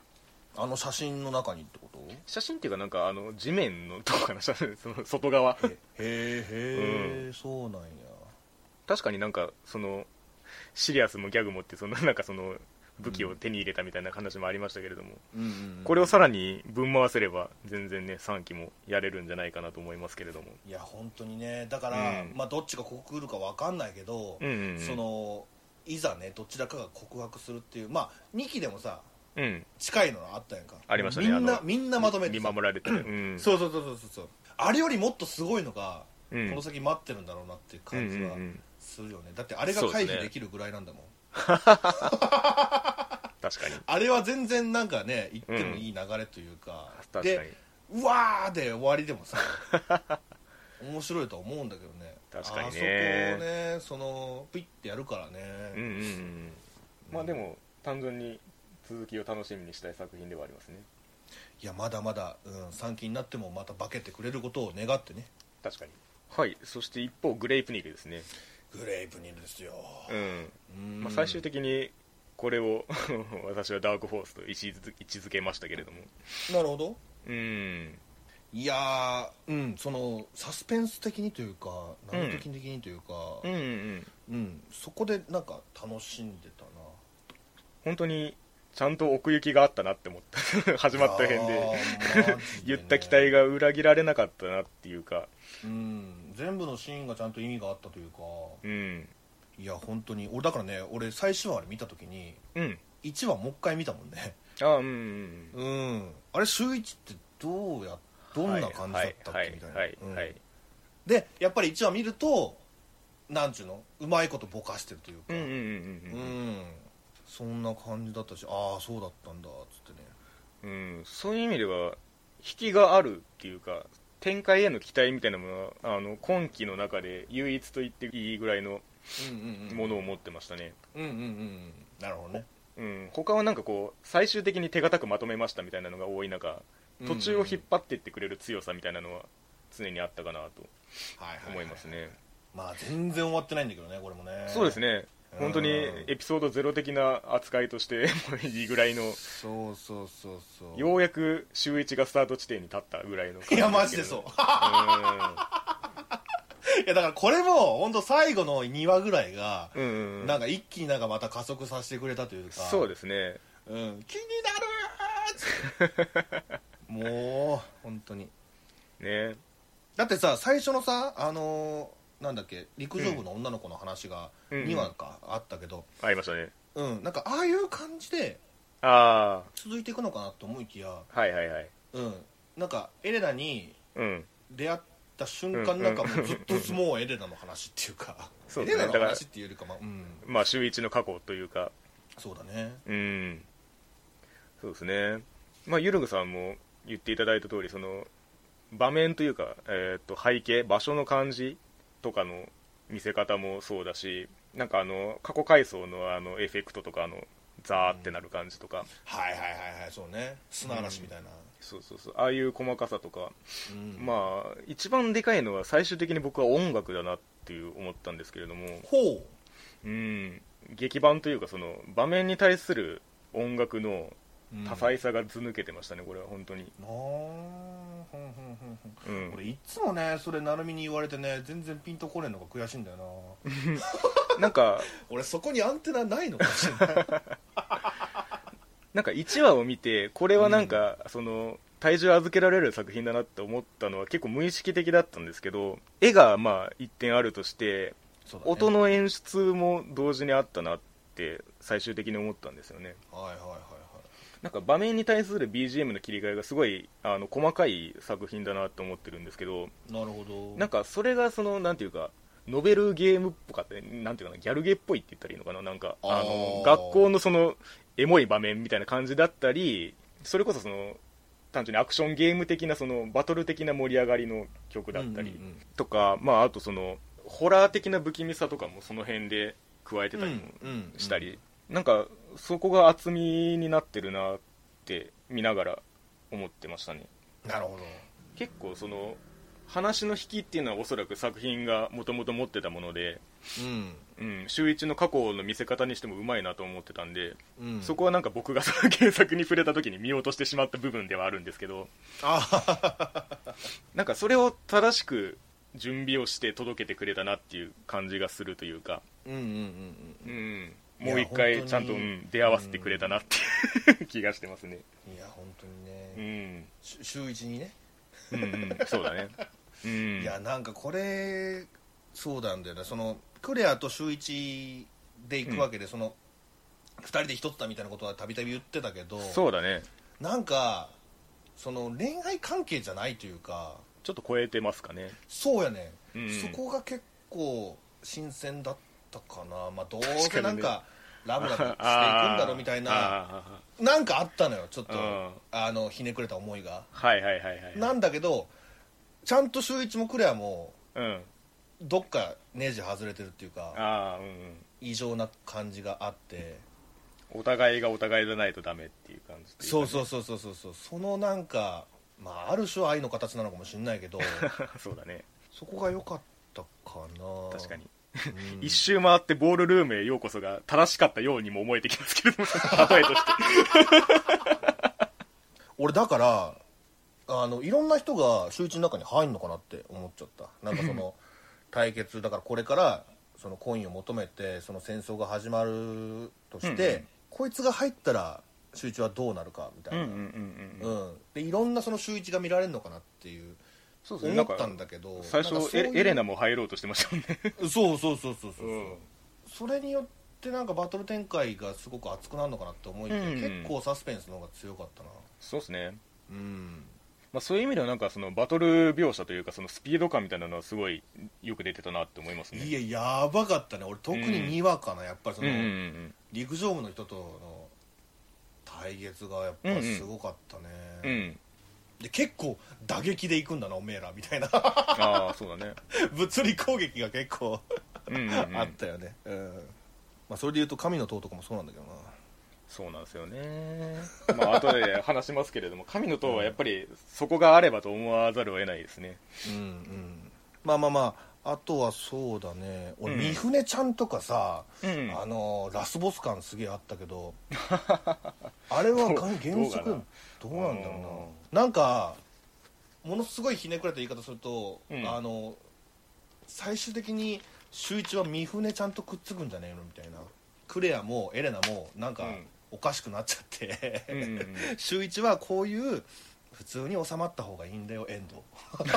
S2: あの写真の中にってことへ
S1: 写真っていうかなんかあの地面のどうかなその外側
S2: えへえそうなんや
S1: 確かになんかそのシリアスもギャグもってそのなんかその武器を手に入れたみたいな話もありましたけれども、
S2: うんうんうん
S1: これをさらに分回せれば全然ね3期もやれるんじゃないかなと思いますけれども
S2: いや本当にねだから、
S1: うん
S2: まあどっちがここ来るかわかんないけど、
S1: うんうんうん
S2: そのいざねどちらかが告白するっていうまあ2期でもさ
S1: うん
S2: 近いのあったやんか
S1: ありましたね
S2: みん
S1: あ
S2: な
S1: の
S2: みんなまとめて
S1: 見
S2: さ
S1: 守られてる、うん、
S2: そうそうそうそうそうそうあれよりもっとすごいのが、
S1: うん
S2: この先待ってるんだろうなっていう感じ
S1: う
S2: は
S1: んうんうん
S2: するよね、だってあれが
S1: そう
S2: 回
S1: です
S2: 避
S1: ね
S2: できるぐらいなんだもん、
S1: 確かに
S2: あれは全然なんかね言ってもいい流れというか、
S1: 確かに
S2: でうわーで終わりでもさ 面白いとは思うんだけどね
S1: 確かにね
S2: あそこをねそのピッてやるからね、
S1: うんうんうんまあでも単純に続きを楽しみにしたい作品ではありますね
S2: いやまだまだ、うん、3期になってもまた化けてくれることを願ってね
S1: 確かにはいそして一方グレープニールですね
S2: グレープニルですよ、
S1: うん、
S2: うん
S1: まあ、最終的にこれを 私はダークホースと位置づ位置づけましたけれども
S2: なるほど
S1: うん
S2: いやーうんそのサスペンス的にというか
S1: うん
S2: 謎解き的にというか、
S1: うんうんうん
S2: うんそこでなんか楽しんでたな
S1: 本当にちゃんと奥行きがあったなって思った 始まった辺
S2: いや
S1: で
S2: ーマジで
S1: 言
S2: ね
S1: った期待が裏切られなかったなっていうか
S2: うん全部のシーンがちゃんと意味があったというか
S1: うん
S2: いや本当に俺だからね俺最終話あれ見た時に
S1: うん
S2: 1話もう一回見たもんね
S1: ああうんうん
S2: うんあれ週1ってどうや
S1: う
S2: どんな感じだったっ
S1: はい
S2: けみたい
S1: はい
S2: なうん
S1: はい
S2: でやっぱり1話見るとなんちゅうのうまいことぼかしてるという
S1: う
S2: か
S1: んうんうんうん
S2: う
S1: うん
S2: んそんな感じだったしああそうだったんだっつってね
S1: うん、そういう意味では引きがあるっていうか展開への期待みたいなものはあの今期の中で唯一と言っていいぐらいの
S2: うん
S1: ものを持ってましたね、
S2: うんうんうんなるほどね
S1: うん、他はなんかこう最終的に手堅くまとめましたみたいなのが多い中途中を引っ張っていってくれる強さみたいなのは常にあったかなと思いますね、
S2: まあ全然終わってないんだけどねこれもね
S1: そうですね
S2: うん
S1: 本当にエピソードゼロ的な扱いとして もういいぐらいの
S2: そうそうそうそう
S1: ようやく週1がスタート地点に立ったぐらいの感じけど
S2: いやマジでそう
S1: う
S2: いやだからこれも本当最後の2話ぐらいが、
S1: んうんうんうん
S2: なんか一気になんかまた加速させてくれたというか
S1: そうですね
S2: うん、気になるーっつ ってもう本当に
S1: ね
S2: だってさ最初のさあのーなんだっけ陸上部の女の子の話が
S1: うんうん
S2: 2話かあったけど
S1: ありましたね
S2: うん、なんかああいう感じで
S1: あ
S2: 続いていくのかなと思いきや
S1: あはいはいはい
S2: うんなんかエレナに
S1: うん
S2: 出会った瞬
S1: う
S2: 間
S1: ん
S2: なんかもうずっともうエレナの話っていうか
S1: そう
S2: エ
S1: です
S2: レ
S1: ね
S2: ナの話っていうよりかまあうん
S1: まあ週1の過去というか
S2: そうだね
S1: うんそうですねまあゆるぐさんも言っていただいた通りその場面というか、えー、と背景場所の感じとかの見せ方もそうだしなんかあの過去回想のあのエフェクトとかあのザーってなる感じとか、
S2: はいはいはいはいそうね砂嵐みたいな、
S1: そうそうそうああいう細かさとか
S2: うん
S1: まあ一番でかいのは最終的に僕は音楽だなっていう思ったんですけれども
S2: ほ
S1: うん劇版というかその場面に対する音楽の
S2: う、うん、
S1: 多彩さがず抜けてましたね、これは本当に、
S2: なあふんふんふんふ
S1: う
S2: ん
S1: ん、
S2: 俺いつもねそれ成美に言われてね全然ピンとこねえのが悔しいんだよな
S1: なんか
S2: 俺そこにアンテナないのかもしれない
S1: なんか1話を見てこれはなんか、その体重預けられる作品だなって思ったのは結構無意識的だったんですけど絵がまあ一点あるとして
S2: そうだね
S1: 音の演出も同時にあったなって最終的に思ったんですよね
S2: はいはいはいはい
S1: なんか場面に対する BGM の切り替えがすごいあの細かい作品だなと思ってるんですけど
S2: なるほど
S1: なんかそれがそのなんていうかノベルゲームっぽかったなんていうかなギャルゲーっぽいって言ったらいいのかななんか
S2: あー
S1: あの学校のそのエモい場面みたいな感じだったりそれこそその単純にアクションゲーム的なそのバトル的な盛り上がりの曲だったり
S2: うんうんうん
S1: とか、まあ、あとそのホラー的な不気味さとかもその辺で加えてたりも
S2: うんうん
S1: したり、なんかそこが厚みになってるなって見ながら思ってましたね
S2: なるほど
S1: 結構その話の引きっていうのはおそらく作品がもともと持ってたもので、
S2: うん
S1: うん、週一の過去の見せ方にしてもうまいなと思ってたんで、
S2: うん、
S1: そこはなんか僕がその原作に触れた時に見落としてしまった部分ではあるんですけど
S2: あ
S1: なんかそれを正しく準備をして届けてくれたなっていう感じがするというか、
S2: うんうんうん
S1: うん、
S2: いや
S1: もう一回ちゃんと、う
S2: 本当に
S1: ん出会わせてくれたなっていう気がしてますね、
S2: うんいや本当にね、
S1: うん、
S2: し週一にね、
S1: うんうんそうだねうん
S2: いやなんかこれそうなんだよねそのクレアと週一で行くわけで、その2人で一つだみたいなことはたびたび言ってたけど
S1: そうだね
S2: なんかその恋愛関係じゃないというか
S1: ちょっと超えてますかね
S2: そうやね、
S1: うん
S2: そこが結構新鮮だったかなまあどう
S1: 確か
S2: せ
S1: にね
S2: なんかラブラブしていくん
S1: あー
S2: だろうみたいな
S1: あ
S2: なんかあったのよちょっと
S1: うん
S2: あのひねくれた思いが
S1: ーはいはいはいはい
S2: なんだけどちゃんと周一もクレアも
S1: うん
S2: どっかネジ外れてるっていうか
S1: ああうんうん
S2: 異常な感じがあって
S1: お互いがお互いじゃないとダメっていう感じとい
S2: そう
S1: う
S2: そうそうそうそうそうそのなんかまあある種愛の形なのかもしれない けど
S1: かそうだね
S2: そこが良かったかな
S1: 確かに、
S2: うん
S1: 一周回ってボールルームへようこそが正しかったようにも思えてきますけれども例えとして
S2: 俺だからあのいろんな人が周知の中に入んのかなって思っちゃったなんか その対決だからこれからそのコインを求めてその戦争が始まるとして、
S1: うんうん
S2: こいつが入ったら周知はど うなるかみたいな、
S1: ん
S2: うんでいろんなその周知が見られるのかなっていう
S1: そうですね
S2: 思った
S1: な
S2: ん
S1: んか
S2: だけど
S1: 最
S2: なんか
S1: 初
S2: そうい
S1: エ
S2: う
S1: レエレナも入ろうとしてましたもん ね
S2: そうそうそうそうそう、
S1: うん
S2: それによってなんかバトル展開がすごく熱くなるのかなって思いきや、
S1: うんうん
S2: 結構サスペンスの方が強かったな
S1: そうですね、
S2: うん
S1: まあ、そういう意味ではなんかそのバトル描写というかそのスピード感みたいなのはすごいよく出てたなって思いますね
S2: いややばかったね俺特ににわかな、やっぱりそ
S1: うん
S2: の、
S1: うんうん
S2: 陸上部の人との対決がやっぱすごかったね、
S1: うんうん
S2: で結構打撃でいくんだなおめえらみたいな
S1: ああそうだね
S2: 物理攻撃が結構
S1: うんうん、う
S2: あっ
S1: ん、
S2: たよね、うんまあ、それでいうと神の塔とかもそうなんだけどな
S1: そうなんですよね まあ後で話しますけれども神の塔はやっぱりそこがあればと思わざるを得ないですね
S2: うんうんまあまあまああとはそうだね俺、
S1: うん
S2: 三船ちゃんとかさ、
S1: うん
S2: あのラスボス感すげえあったけ どあれは
S1: どう
S2: 原原作
S1: どうかな
S2: どうなんだろうななんかものすごいひねくれた言い方すると、
S1: うん
S2: あの最終的に周一は三船ちゃんとくっつくんじゃねえのみたいなクレアもエレナもなんか
S1: うん
S2: おかしくなっちゃって、
S1: うんうんうん
S2: 週一はこういう普通に収まった方がいいんだよ遠 藤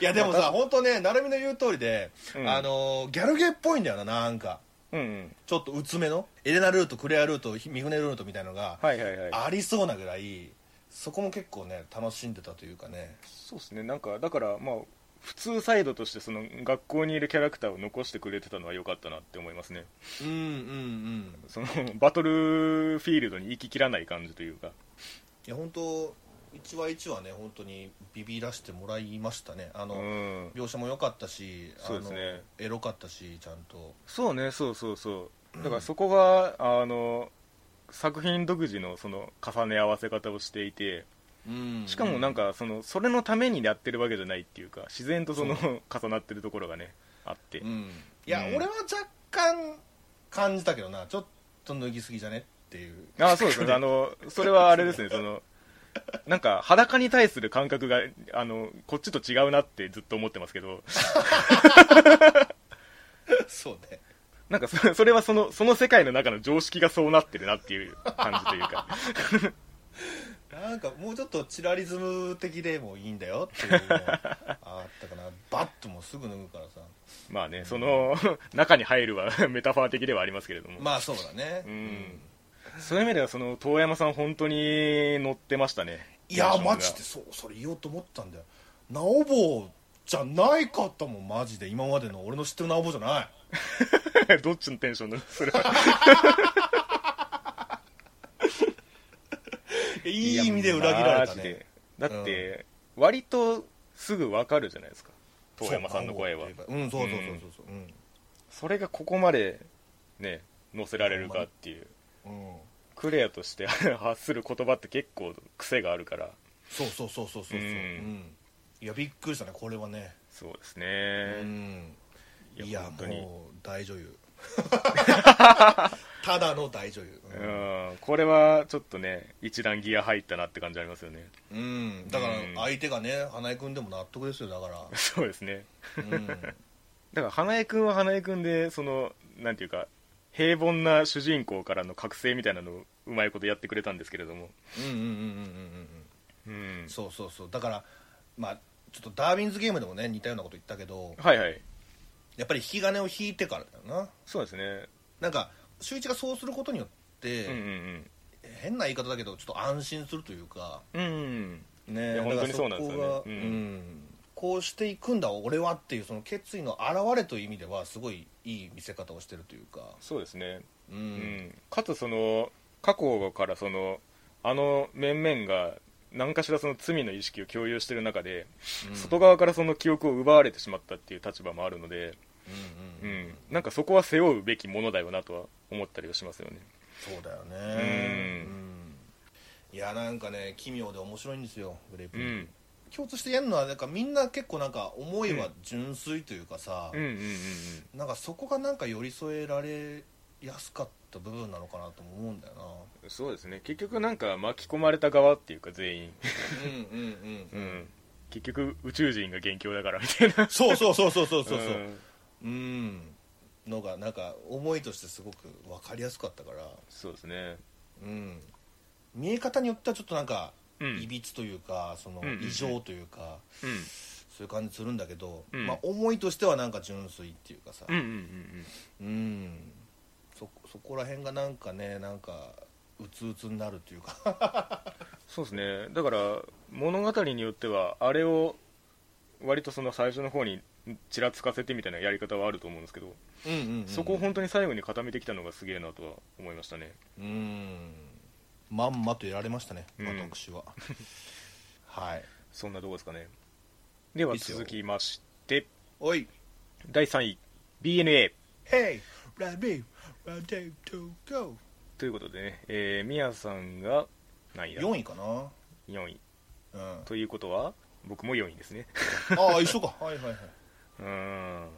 S2: いやでもさ本当ね成海の言う通りで、
S1: うん
S2: あのーギャルゲーっぽいんだよななんか
S1: うんうん
S2: ちょっとうつめのエレナルートクレアルートひ三船ルートみたいなのが
S1: はいはいはい
S2: ありそうなぐらいそこも結構ね楽しんでたというかね
S1: そうですねなんかだからまあ普通サイドとしてその学校にいるキャラクターを残してくれてたのは良かったなって思いますね
S2: うんうんうん
S1: その バトルフィールドに行ききらない感じというか
S2: いや本当一話一話ね本当にビビらしてもらいましたねあ
S1: う
S2: の、
S1: ん
S2: 描写も良かったしあ
S1: そう
S2: の
S1: ですね
S2: エロかったしちゃんと
S1: そうねそうそうそうだからそこがあの作品独自のその重ね合わせ方をしていて
S2: うん
S1: しかもなんかそのそれのためにやってるわけじゃないっていうか自然とその重なってるところがねあって
S2: うん、いや、
S1: うん
S2: 俺は若干感じたけどなちょっと脱ぎすぎじゃねっ ていう
S1: あそうですねあのそれはあれですねそのなんか裸に対する感覚があのこっちと違うなってずっと思ってますけど
S2: そうね
S1: なんかそそれはそのその世界の中の常識がそうなってるなっていう感じというか
S2: なんかもうちょっとチラリズム的でもいいんだよっていうのがあった かなバッともうすぐ脱ぐからさ
S1: まあねその中に入るは メタファー的ではありますけれども、
S2: まあそうだね
S1: うんそういう意味ではその遠山さん本当に乗ってましたね
S2: いや
S1: テンションが
S2: マジでそうそれ言おうと思ったんだよなおぼじゃないかったもんマジで今までの俺の知ってるなおぼじゃない
S1: どっちのテンションなのそれは
S2: いい意味で裏切られたね
S1: すぐ分かるじゃないですか遠山さんの声は
S2: そううんそうそうそうそうそう
S1: それがここまでね載せられるかっていう
S2: うん、うん、
S1: クレアとして 発する言葉って結構癖があるから
S2: そうそうそうそうそうそう、
S1: う
S2: うんんいやびっくりしたねこれはね
S1: そうです
S2: う
S1: ね、
S2: ん
S1: いや
S2: いや
S1: 本当に
S2: もう大女 優ただの大女優
S1: うんこれはちょっとね一段ギア入ったなって感じありますよね
S2: うん、うんだから
S1: うん
S2: 相手がね花江君でも納得ですよだか
S1: そうですね
S2: ら、うん、
S1: だから花江君は花江君でそのなんていうか平凡な主人公からの覚醒みたいなのをうまいことやってくれたんですけれども
S2: うんうんうんうんうんうん
S1: うん
S2: うんそうそうそうだからまあちょっとダーウィンズゲームでもね似たようなこと言ったけど
S1: はいはい
S2: やっぱり引き金を引いてからだよな
S1: そうですね
S2: なんか周一がそうすることによって、
S1: うんうん
S2: 変な言い方だけどちょっと安心するというか
S1: うんうんい
S2: ね
S1: や
S2: だから
S1: 本当にそうなんですよね
S2: こが
S1: う
S2: うんんこうしていくんだ俺はっていうその決意の表れという意味ではすごいいい見せ方をしてるというか
S1: そうですね、
S2: うん、
S1: うん、かつその過去からそのあの面々が何かしらその罪の意識を共有してる中で、
S2: うん
S1: 外側からその記憶を奪われてしまったっていう立場もあるので、う
S2: うんんうん
S1: なんかそこは背負うべきものだよなとは思ったりはしますよね
S2: そうだよね
S1: う
S2: うんん、いやなんかね奇妙で面白いんですよグレープ
S1: う
S2: フルーツ
S1: ん
S2: 共通してやるのはなんかみんな結構なんか思いは純粋というかさ、
S1: うんうんうん
S2: なんかそこがなんか寄り添えられやすかった部分なのかなとも思うんだよな
S1: うんそうですね結局なんか巻き込まれた側っていうか全員、
S2: うんうんうん
S1: うん、結局宇宙人が元凶だからみたいな
S2: そうそうそうそうそうそうそう
S1: うん
S2: うんのがなんか思いとしてすごく分かりやすかったから
S1: そうですね
S2: うん見え方によってはちょっとなんか
S1: うん
S2: いびつというかその
S1: うんうんうん
S2: 異常というか
S1: うん
S2: そういう感じするんだけど、
S1: うん
S2: まあ思いとしてはなんか純粋っていうかさ
S1: うんうんうん
S2: うんそそこら辺がなんかねなんかうつうつになるというか
S1: そうですねだから物語によってはあれを割とその最初の方にちらつかせてみたいなやり方はあると思うんですけど、
S2: うんうんうん
S1: そこを本当に最後に固めてきたのがすげえなとは思いましたね
S2: うんまんまとやられましたね
S1: うん
S2: 私は、はい
S1: そんなとこですかねではい
S2: いっすよ
S1: 続きまして
S2: おい
S1: 第3位 BNA
S2: Hey, let me, let me to go.
S1: ということでねえーみや、さんが何位だ
S2: 4位かな。
S1: 4位
S2: うん。あ
S1: ということは僕も4位ですね
S2: あ、一緒か。はいはいはい。
S1: うーん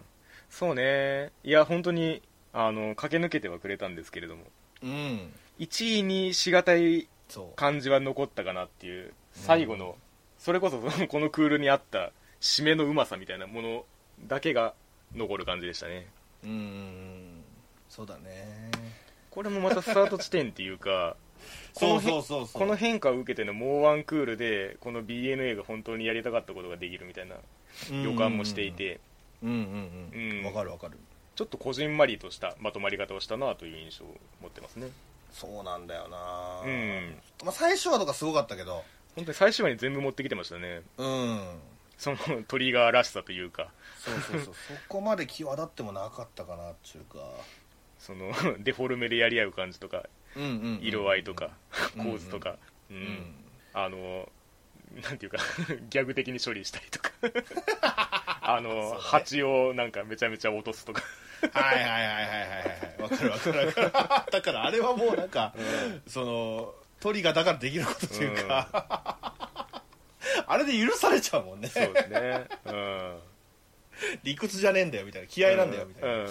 S1: そうねいや本当にあの駆け抜けてはくれたんですけれども
S2: うん。
S1: 1位にしがたい
S2: そう。
S1: 感じは残ったかなっていう最後の、それこそ そのこのクールにあった締めのうまさみたいなものだけが残る感じでしたね
S2: うんうんうん。そうだね。
S1: これもまたスタート地点っていう かこのへ
S2: うそうそ
S1: この変化を受けてのもうワンクールでこの BNA が本当にやりたかったことができるみたいな予感もしてい。て
S2: うんうんう
S1: うん
S2: ん。わかるわかる。
S1: ちょっとこじんまりとしたまとまり方をしたなという印象を持ってますね
S2: そうなんだよな。
S1: うん
S2: まあ最初はとかすごかったけど。
S1: 本当に最終話に全部持ってきてましたね
S2: うん。
S1: そのトリガーらしさというか
S2: そうそうそう。 そこまで際立ってもなかったかなっていうか。
S1: その デフォルメでやり合う感じとか
S2: うんうん
S1: 色合いとか。
S2: うん
S1: 構図とかうん
S2: うん。
S1: あのなんていうか ギャグ的に処理したりと かあの、
S2: そうね
S1: 蜂をなんかめちゃめちゃ落とすとか
S2: はいはいはいはいはいはいわかるわかるわかるだからあれはもうなんか、そのトリガーだからできることというか、あれで許されちゃうもんね
S1: そうですね うん
S2: 理屈じゃねえんだよみたいな気合なんだよみたいな、
S1: うん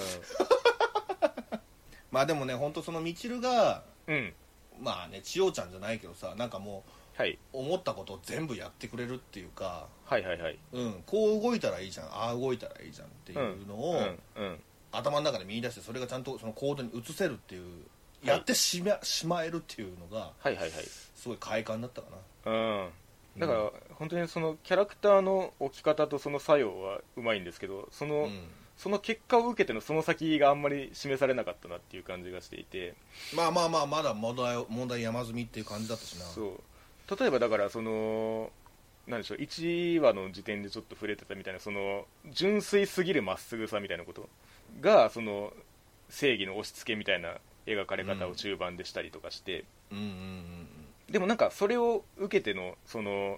S2: まあでもね本当そのみちるが
S1: うん
S2: まあね千代ちゃんじゃないけどさなんかも
S1: はい、
S2: う思ったことを全部やってくれるっていうか、
S1: はいはいはい
S2: うん、こう動いたらいいじゃんああ動いたらいいじゃんっていうのを、
S1: うんうん
S2: 頭の中で見出してそれがちゃんとその行動に移せるっていうやってしま,、しまえるっていうのが
S1: はいはい
S2: すごい快感だったかな
S1: はいうんだから、本当にそのキャラクターの置き方とその作用はうまいんですけどその、
S2: うん
S1: その結果を受けてのその先があんまり示されなかったなっていう感じがしていて
S2: まあまあまあまだ問題問題山積みっていう感じだったしな
S1: そう例えばだからそのなんでしょう1話の時点でちょっと触れてたみたいなその純粋すぎるまっすぐさみたいなことがその正義の押し付けみたいな描かれ方を中盤でしたりとかして、
S2: うんうん
S1: でもなんかそれを受けてのその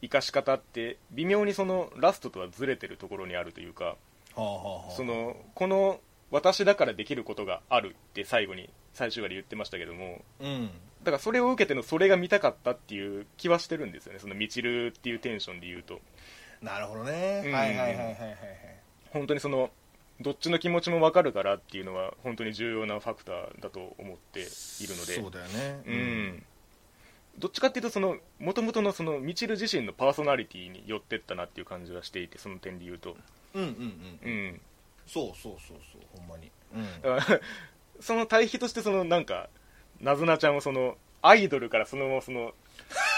S1: 生かし方って微妙にそのラストとはずれてるところにあるというか
S2: はあはあはあ
S1: そのこの私だからできることがあるって最後に最終話で言ってましたけども
S2: うん
S1: だからそれを受けてのそれが見たかったっていう気はしてるんですよねそのみちるっていうテンションで言うと
S2: なるほどね、
S1: うん
S2: はいはいはいはいはいはい
S1: 本当にそのどっちの気持ちも分かるからっていうのは本当に重要なファクターだと思っているので
S2: そうだよね
S1: うん、どっちかっていうとその元々のそのみちる自身のパーソナリティに寄ってったなっていう感じはしていてその点で言うと、
S2: うんうんうん
S1: うん、
S2: そうそうそうそうほんまにうん
S1: だからその対比としてそのなんかなずなちゃんをそのアイドルからそのままその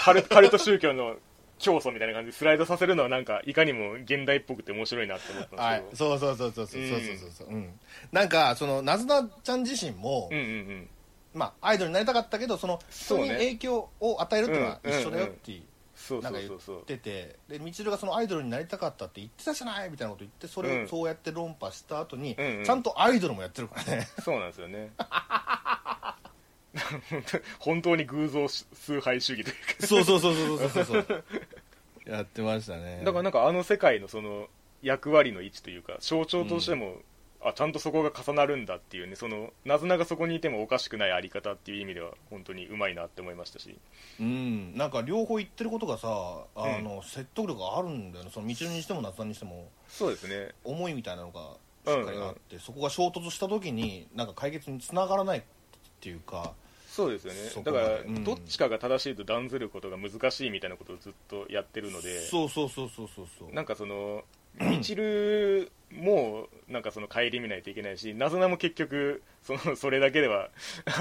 S1: カル カルト宗教の教祖みたいな感じでスライドさせるのはなんかいかにも現代っぽくて面白いなって思った
S2: はい
S1: んです
S2: そうそうそうそうそうそうそうそううんなんかそのなずなちゃん自身も、
S1: けど、うんうんうん、
S2: まあアイドルになりたかったけどその人
S1: そう
S2: に
S1: ね
S2: 影響を与えるっていうのは
S1: うんうんうん
S2: 一緒だよって
S1: そうそ
S2: なんか
S1: う
S2: 言
S1: そうそう
S2: っててでみちるがそのアイドルになりたかったって言ってたじゃないみたいなこと言ってそれ
S1: う
S2: を
S1: ん
S2: そうやって論破した後に、
S1: うんうん
S2: ちゃんとアイドルもやってるからね
S1: そうなんですよね 本当に偶像崇拝主義というか
S2: そうそうそうそうそうそうそうやってましたね
S1: だからなんかあの世界のその役割の位置というか象徴としても、あちゃんとそこが重なるんだっていうねそのなずながそこにいてもおかしくないあり方っていう意味では本当にうまいなって思いましたし
S2: うんなんか両方言ってることがさあの、説得力があるんだよねそのみちるにしても夏菜にしても
S1: そうですね
S2: 思いみたいなのがしっかりあって、そこが衝突した時になんか解決につながらないっていうか
S1: そうですよ
S2: そ
S1: ね
S2: こ
S1: だ
S2: ま
S1: か
S2: で
S1: ら、
S2: うん
S1: どっちかが正しいと断ずることが難しいみたいなことをずっとやってるので
S2: そうそうそうそうそうそう
S1: なんかそのみちるもなんかその顧みないといけないしなずなも結局そのそれだけでは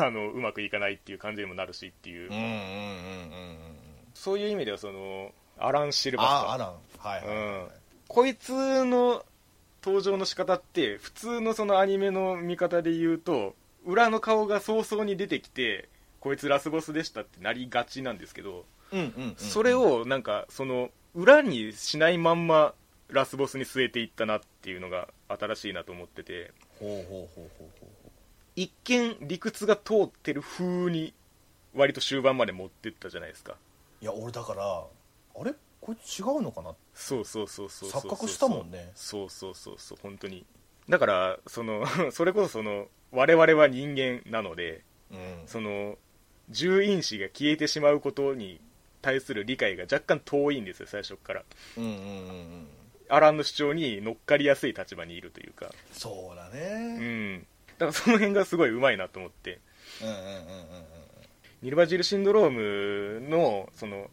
S1: あのうまくいかないっていう感じにもなるしっていう、
S2: うんうんうんうんうん
S1: そういう意味ではそのアラン・シルバスター
S2: あアランはいはいはい、はい
S1: こいつの登場の仕方って普通のそのアニメの見方で言うと裏の顔が早々に出てきてこいつラスボスでしたってなりがちなんですけど
S2: うんうんうんうん
S1: それをなんかその裏にしないまんまラスボスに据えていったなっていうのが新しいなと思ってて
S2: ほうほうほうほうほう
S1: 一見理屈が通ってる風に割と終盤まで持ってったじゃないですか
S2: いや俺だからあれこれ違うのかな
S1: そうそうそうそうそうそう
S2: 錯覚したもんね
S1: そうそうそうそう本当にだからその それこそその我々は人間なので
S2: うん
S1: その獣因子が消えてしまうことに対する理解が若干遠いんですよ最初から
S2: うんうんうんうん
S1: アランの主張に乗っかりやすい立場にいるというか
S2: そうだ
S1: う
S2: ね
S1: んだからその辺がすごいうまいなと思って
S2: うんうんうんうんうん
S1: ニルバジルシンドロームのその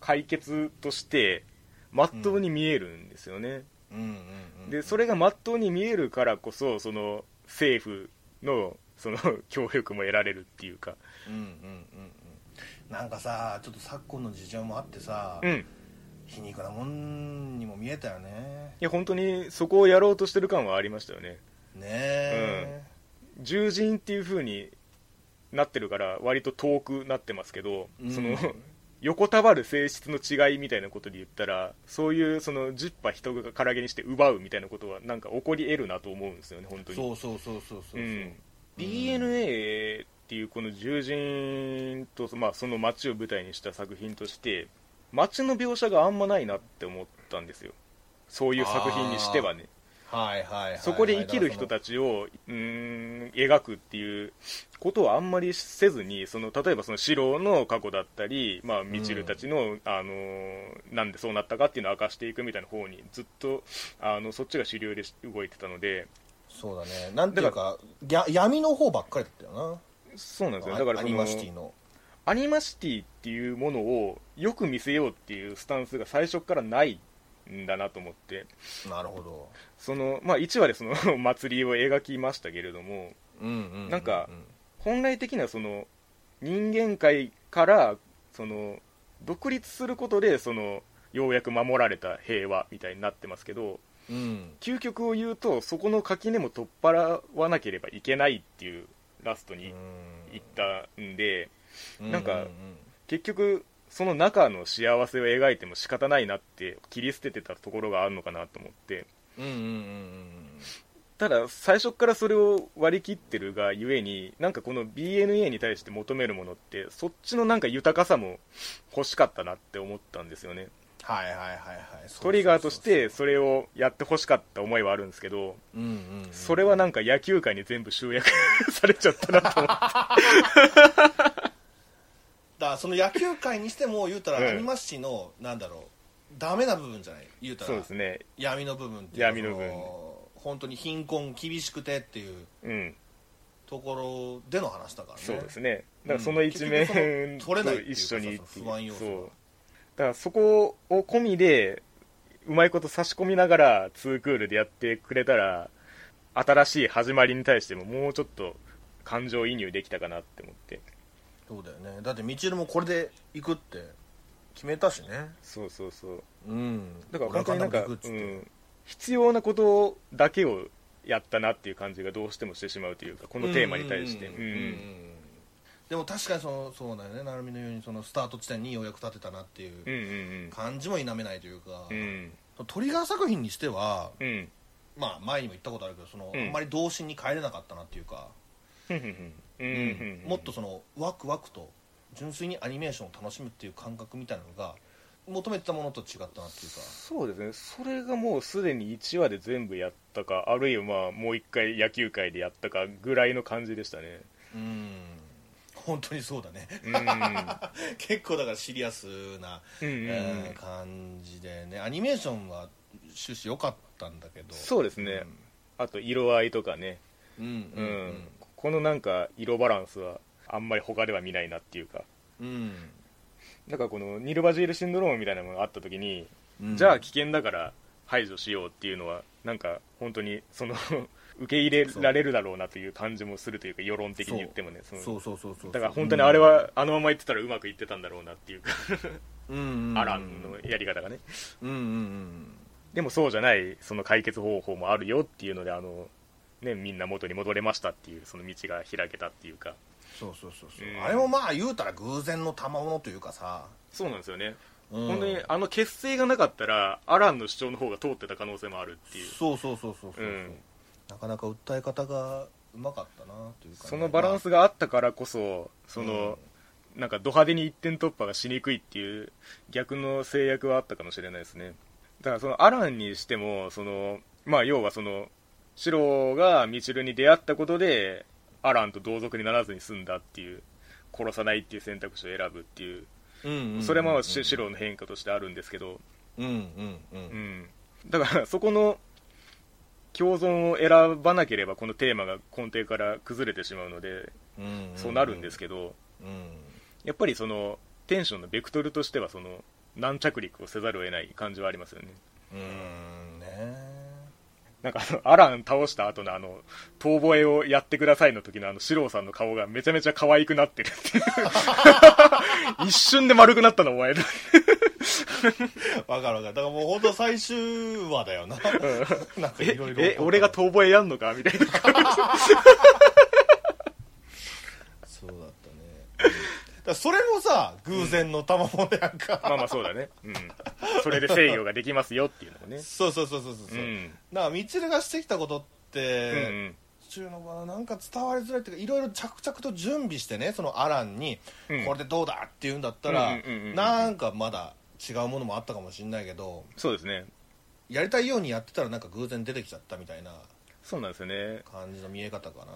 S1: 解決としてまっとうに見えるんですよね、
S2: うんうんうん
S1: でそれがまっとうに見えるからこそその政府のその 協力も得られるっていうか
S2: うんうんうんうんなんかさちょっと昨今の事情もあってさ、
S1: うんい
S2: 皮肉なもんにも見えたよね
S1: や本当にそこをやろうとしてる感はありましたよね
S2: ねえ、
S1: 獣人っていう風になってるから割と遠くなってますけど、
S2: うん
S1: その 横たわる性質の違いみたいなことで言ったらそういうその10羽人がからげにして奪うみたいなことはなんか起こり得るなと思うんですよね本当に
S2: そうそうそうそうそうそう、
S1: うん、DNA っていうこの獣人と、まあ、その街を舞台にした作品として街の描写があんまないなって思ったんですよそういう作品にしてはね
S2: はいはいはいはい
S1: そこで生きる人
S2: ち
S1: たちをうーん描くっていうことをあんまりせずにその例えばその四郎の過去だったり、まあ、みちるたちの、あのーなんでそうなったかっていうのを明かしていくみたいな方にずっとあのそっちが主流で動いてたので
S2: そうだねなんていうかぎゃ闇の方ばっかりだったよ
S1: そうなんですよ
S2: な
S1: ねだから
S2: ア
S1: そ
S2: ニ
S1: の
S2: マシティの
S1: アニマシティっていうものをよく見せようっていうスタンスが最初からないんだなと思って
S2: なるほど
S1: その、まあ、1話でその 祭りを描きましたけれども
S2: うんうんうう
S1: なんか本来的にはその人間界からその独立することでそのようやく守られた平和みたいになってますけど
S2: うん
S1: 究極を言うとそこの垣根も取っ払わなければいけないっていうラストに行ったんで。
S2: うん
S1: なんか
S2: うう
S1: 結局その中の幸せを描いても仕方ないなって切り捨ててたところがあるのかなと思って
S2: うんうんうんうん
S1: ただ最初からそれを割り切ってるがゆえになんかこの BNA に対して求めるものってそっちのなんか豊かさも欲しかったなって思ったんですよね
S2: はいはいはいはい
S1: トリガーとし
S2: そう
S1: てそれをやってほしかった思いはあるんですけど
S2: そうそううんうんうん
S1: それはなんか野球界に全部集約 されちゃったなと思って
S2: だからその野球界にしても言うたら
S1: うん
S2: アニマッシーのなんだろうダメな部分じゃない言うた
S1: そう
S2: ら
S1: ですね
S2: 闇の部分っていうか
S1: 闇の部分
S2: その本当に貧困厳しくてっていう
S1: うん
S2: ところでの話だからね
S1: そうです
S2: ね
S1: ねだからその一面
S2: うん結局その取れないっ
S1: と
S2: ていうか
S1: 一緒にって
S2: そ
S1: い
S2: の
S1: う
S2: 不安要素が
S1: そうだからそこを込みでうまいこと差し込みながらツークールでやってくれたら新しい始まりに対してももうちょっと感情移入できたかなって思って
S2: そうだよねだってみちるもこれで行くって決めたしね
S1: そうそうそう
S2: うん
S1: だから本当になんか、
S2: 俺は
S1: う
S2: 必ず行くっつって
S1: ん、必要なことだけをやったなっていう感じがどうしてもしてしまうというかこのテーマに対して
S2: うん
S1: う
S2: うんうんうん
S1: ん
S2: でも確かにそのそうだよね成美のようにそのスタート地点にようやく立てたなっていう
S1: うんう
S2: うん感じも否めないというか、
S1: うんうん
S2: トリガー作品にしては
S1: うん
S2: まあ前にも言ったことあるけどその、
S1: うん
S2: あんまり童心に帰れなかったなっていうか、
S1: ふんふんふんうんうんうん
S2: もっとそのワクワクと純粋にアニメーションを楽しむっていう感覚みたいなのが求めてたものと違ったなっていうか
S1: そうですねそれがもうすでに1話で全部やったかあるいはまあもう1回野球界でやったかぐらいの感じでしたね
S2: うん本当にそうだね
S1: うんうんう
S2: 結構だからシリアスな、
S1: んう
S2: え
S1: ん
S2: ー感じでねアニメーションは終始良かったんだけど
S1: そうですねあと色合いとかね
S2: うんうん
S1: うん、このなんか色バランスはあんまり他では見ないなっていうか
S2: うんうん、
S1: なんかこのニルバジールシンドロームみたいなものがあった時に、
S2: うん
S1: じゃあ危険だから排除しようっていうのはなんか本当にその 受け入れられるだろうなという感じもするというか世論的に言ってもねその
S2: そうそうそうそう
S1: だから本当にあれはあのまま言ってたらうまくいってたんだろうなっていうか、
S2: うんうんうん
S1: アランのやり方がね
S2: うんうんうん
S1: でもそうじゃないその解決方法もあるよっていうのであの、ね、みんな元に戻れましたっていうその道が開けたっていうか
S2: そうそうそうそう、
S1: うん
S2: あれもまあ言うたら偶然の賜物というかさ、
S1: そうなんですよね、
S2: うん
S1: 本当にあの結成がなかったらアランの主張の方が通ってた可能性もあるっていう
S2: そうそうそうそうそう、
S1: うん
S2: なかなか訴え方がうまかったなというかね、
S1: そのバランス
S2: ま
S1: があったからこそその、なんかド派手に一点突破がしにくいっていう逆の制約はあったかもしれないですねだからそのアランにしてもそのまあ要はそのシロがミチルに出会ったことでアランと同族にならずに済んだっていう殺さないっていう選択肢を選ぶっていう
S2: あうんうんうん
S1: それもシシロの変化としてあるんですけど、
S2: うんうんう
S1: うんん、だからそこの共存を選ばなければこのテーマが根底から崩れてしまうので
S2: うん
S1: そうなるんです
S2: け
S1: けど、
S2: ど、うん、
S1: やっぱりそのテンションのベクトルとしてはその軟着陸をせざるを得ない感じはありますよね
S2: うんね
S1: なんかあのアラン倒した後のあの遠吠えをやってくださいの時のあの四郎さんの顔がめちゃめちゃ可愛くなってる っていう一瞬で丸くなったのお前だ
S2: わかるわかるだからもう本当最終話だよ ななんかいろいろ
S1: え俺が遠吠えやんのかみたいな
S2: そうだったねだからそれもさ偶然の賜物やんか、
S1: まあまあそうだねうんそれで制御ができますよっていうのもね
S2: そうそうそうそうそう
S1: う
S2: そう、
S1: ん
S2: だからみちるがしてきたことっ
S1: う
S2: て、
S1: んうん
S2: 中の場はなんか伝わりづらいっていうかいろいろ着々と準備してねそのアランに、
S1: うん
S2: これでどうだって言うんだったら、
S1: うんうんうんうんうん
S2: なんかまだ違うものもあったかもしれないけど
S1: そうですね
S2: やりたいようにやってたらなんか偶然出てきちゃったみたいな
S1: そうなんですよね
S2: 感じの見え方かな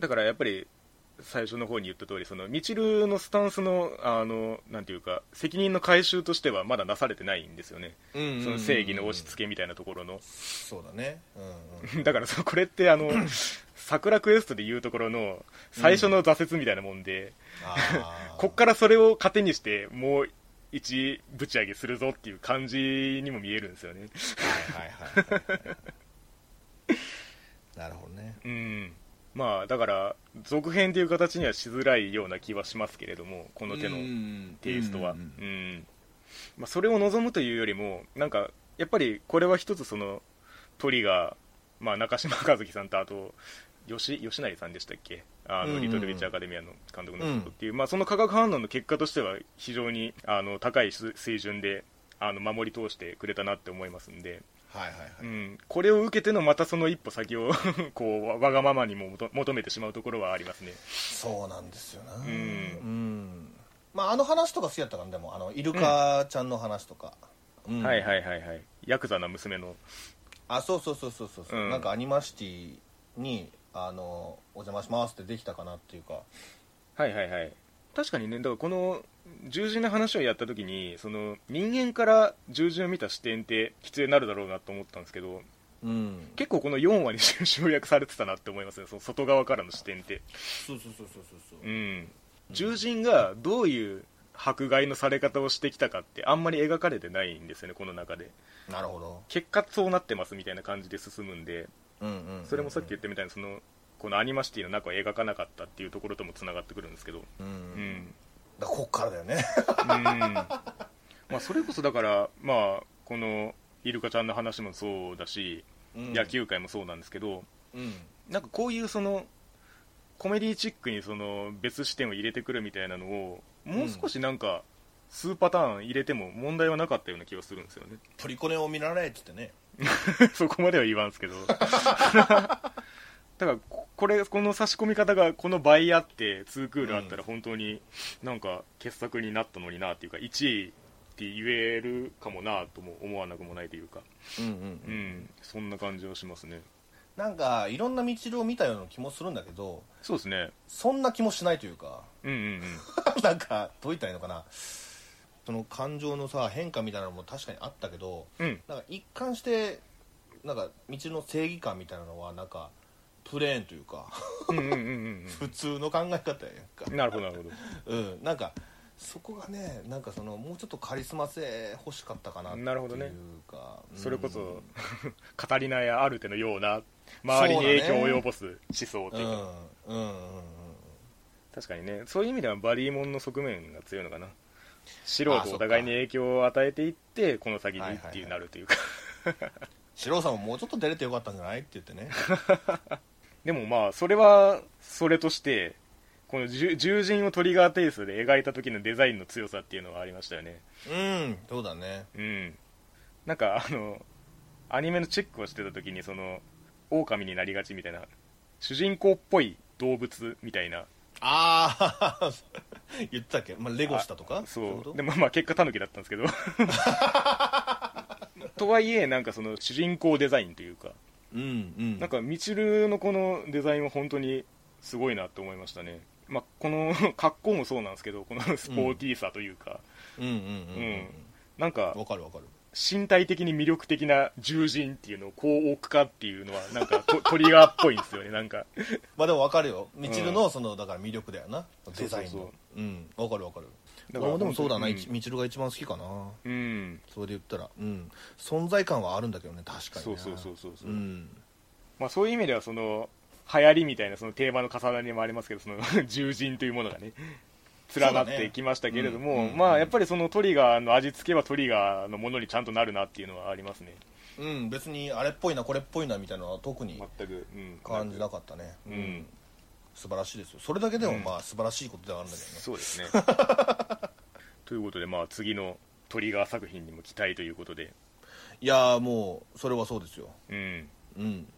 S1: だからやっぱり最初の方に言った通りそのみちるのスタンスのあのなんていうか責任の回収としてはまだなされてないんですよね、
S2: うんうんうんうん
S1: その正義の押し付けみたいなところの
S2: そうだねうんうん
S1: だからそのこれってあ の桜クエストでいうところの最初の挫折みたいなもんで、
S2: あー
S1: こっからそれを糧にしてもう一ぶち上げするぞっていう感じにも見えるんですよね
S2: はいはいはいはいはいなるほどね
S1: うんまあだから続編という形にはしづらいような気はしますけれどもこの手のテイストは、う
S2: うんん
S1: まあ、それを望むというよりもなんかやっぱりこれは一つそのトリガー、まあ、中島和樹さんとあと吉吉成さんでしたっけあの、
S2: うんうん
S1: リトル・ウィッチ・アカデミアの監督の人っていう、まあ、その化学反応の結果としては非常にあの高い水水準であの守り通してくれたなって思いますんで、
S2: はいはいはい、
S1: うん、これを受けてのまたその一歩先を こうわわがままにも求求めてしまうところはありますね
S2: そうなんですよな、うんまあ、あの話とか好きだったからねでもあのイルカちゃんの話とか、うん
S1: はいはいはいはいヤクザな娘の
S2: あそうそうそうそうそう、う
S1: うん
S2: なんかアニマシティにあのお邪魔しますってできたかなっていうか
S1: はいはいはい確かにねだからこの従順な話をやった時にその人間から従順を見た視点って必要になるだろうなと思ったんですけど
S2: うん
S1: 結構この4話に集約されてたなって思いますねその外側からの視点って
S2: そうそうそうそうそう
S1: う
S2: そうん
S1: 従人がどういう迫害のされ方をしてきたかってあんまり描かれてないんですよねこの中で
S2: なるほど、
S1: 結果そうなってますみたいな感じで進むんで
S2: うんうんうんうん
S1: それもさっき言ったみたいにそのこのアニマシティの中を描かなかったっていうところともつながってくるんですけど
S2: うん、
S1: うん
S2: だからこっからだよね
S1: うんまあそれこそだからまあこのイルカちゃんの話もそうだし、
S2: うん
S1: 野球界もそうなんですけど
S2: うん
S1: なんかこういうそのコメディチックにその別視点を入れてくるみたいなのをもう少しなんか数パターン入れても問題はなかったような気がするんですよね
S2: トリコネを見習えっつってね
S1: そこまでは言わんすけど だからここれこの差し込み方がこの倍あって2クールあったら本当になんか傑作になったのになっていうか1位って言えるかもなとも思わなくもないというか
S2: うんうん、う、
S1: うんんそんな感じはしますね
S2: なんかいろんな道を見たような気もするんだけど
S1: そうですね
S2: そんな気もしないというか
S1: うんうんうん
S2: なんかどう言ったらいいのかなその感情のさ変化みたいなのも確かにあったけど
S1: うん
S2: なんか一貫してなんか道の正義感みたいなのはなんかプレーンというか
S1: うんうんうんうん
S2: 普通の考え方やんか
S1: うんなるほどなるほど
S2: うんなんかそこがねなんかそのもうちょっとカリスマ性欲しかったかなっていうか
S1: なるほどね
S2: うん
S1: それこそ カタリナやアルテのような周りに影響を及ぼす思想
S2: う
S1: とい
S2: ん
S1: う
S2: う
S1: か
S2: んうんうん
S1: 確かにねそういう意味ではバリーモンの側面が強いのかな素人
S2: あそっか
S1: お互いに影響を与えていってこの先に
S2: はいはい
S1: っ
S2: はい
S1: ていうなるというか
S2: 四郎さんももうちょっと出れてよかったんじゃないって言ってね
S1: でもまあそれはそれとしてこの獣獣人をトリガーテイストで描いた時のデザインの強さっていうのはありましたよね
S2: うんそうだね
S1: うんなんかあのアニメのチェックをしてた時にその狼になりがちみたいな主人公っぽい動物みたいな
S2: ああ 言ってたっけ、まあ、レゴしたとかい
S1: そ
S2: こと
S1: うでもまあ結果タヌキだったんですけ どとはいえなんかその主人公デザインというか
S2: うんうん
S1: なんかみちるのこのデザインは本当にすごいなと思いましたねまあこの 格好もそうなんですけどこのスポーティーさというか、
S2: うんうんうんうん
S1: なんか
S2: うんわかるわかる
S1: 身体的に魅力的な獣人っていうのをこう置くかっていうのはなんかトトリガーっぽいんですよね なんか
S2: まあでも分かるよみちるのそのだから魅力だよなデザイン
S1: そう
S2: の
S1: そう
S2: うん分かる分かる
S1: だから
S2: 俺もでもそうだな
S1: うん
S2: いちみちるが一番好きかな
S1: うん
S2: それで言ったらうん存在感はあるんだけどね確かに
S1: そ
S2: ね
S1: うそうそうそうそう、
S2: うん
S1: まあ、そういう意味ではその流行りみたいなそのテーマの重なりもありますけどその 獣人というものがね連なってきましたけれども、
S2: そうだねうん
S1: ま
S2: うん
S1: あやっぱりそのトリガーの味付けはトリガーのものにちゃんとなるなっていうのはありますね
S2: うん別にあれっぽいなこれっぽいなみたいなのは特に
S1: 全く、うん、
S2: 感じなかったね
S1: う
S2: うんん素晴らしいですよそれだけでもまあ素晴らしいことではあるんだけどね
S1: そう ですねということでまあ次のトリガー作品にも期待ということで
S2: いやーもうそれはそうですよ
S1: うん
S2: うん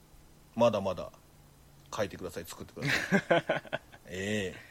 S2: まだまだ書いてください作ってくださいええ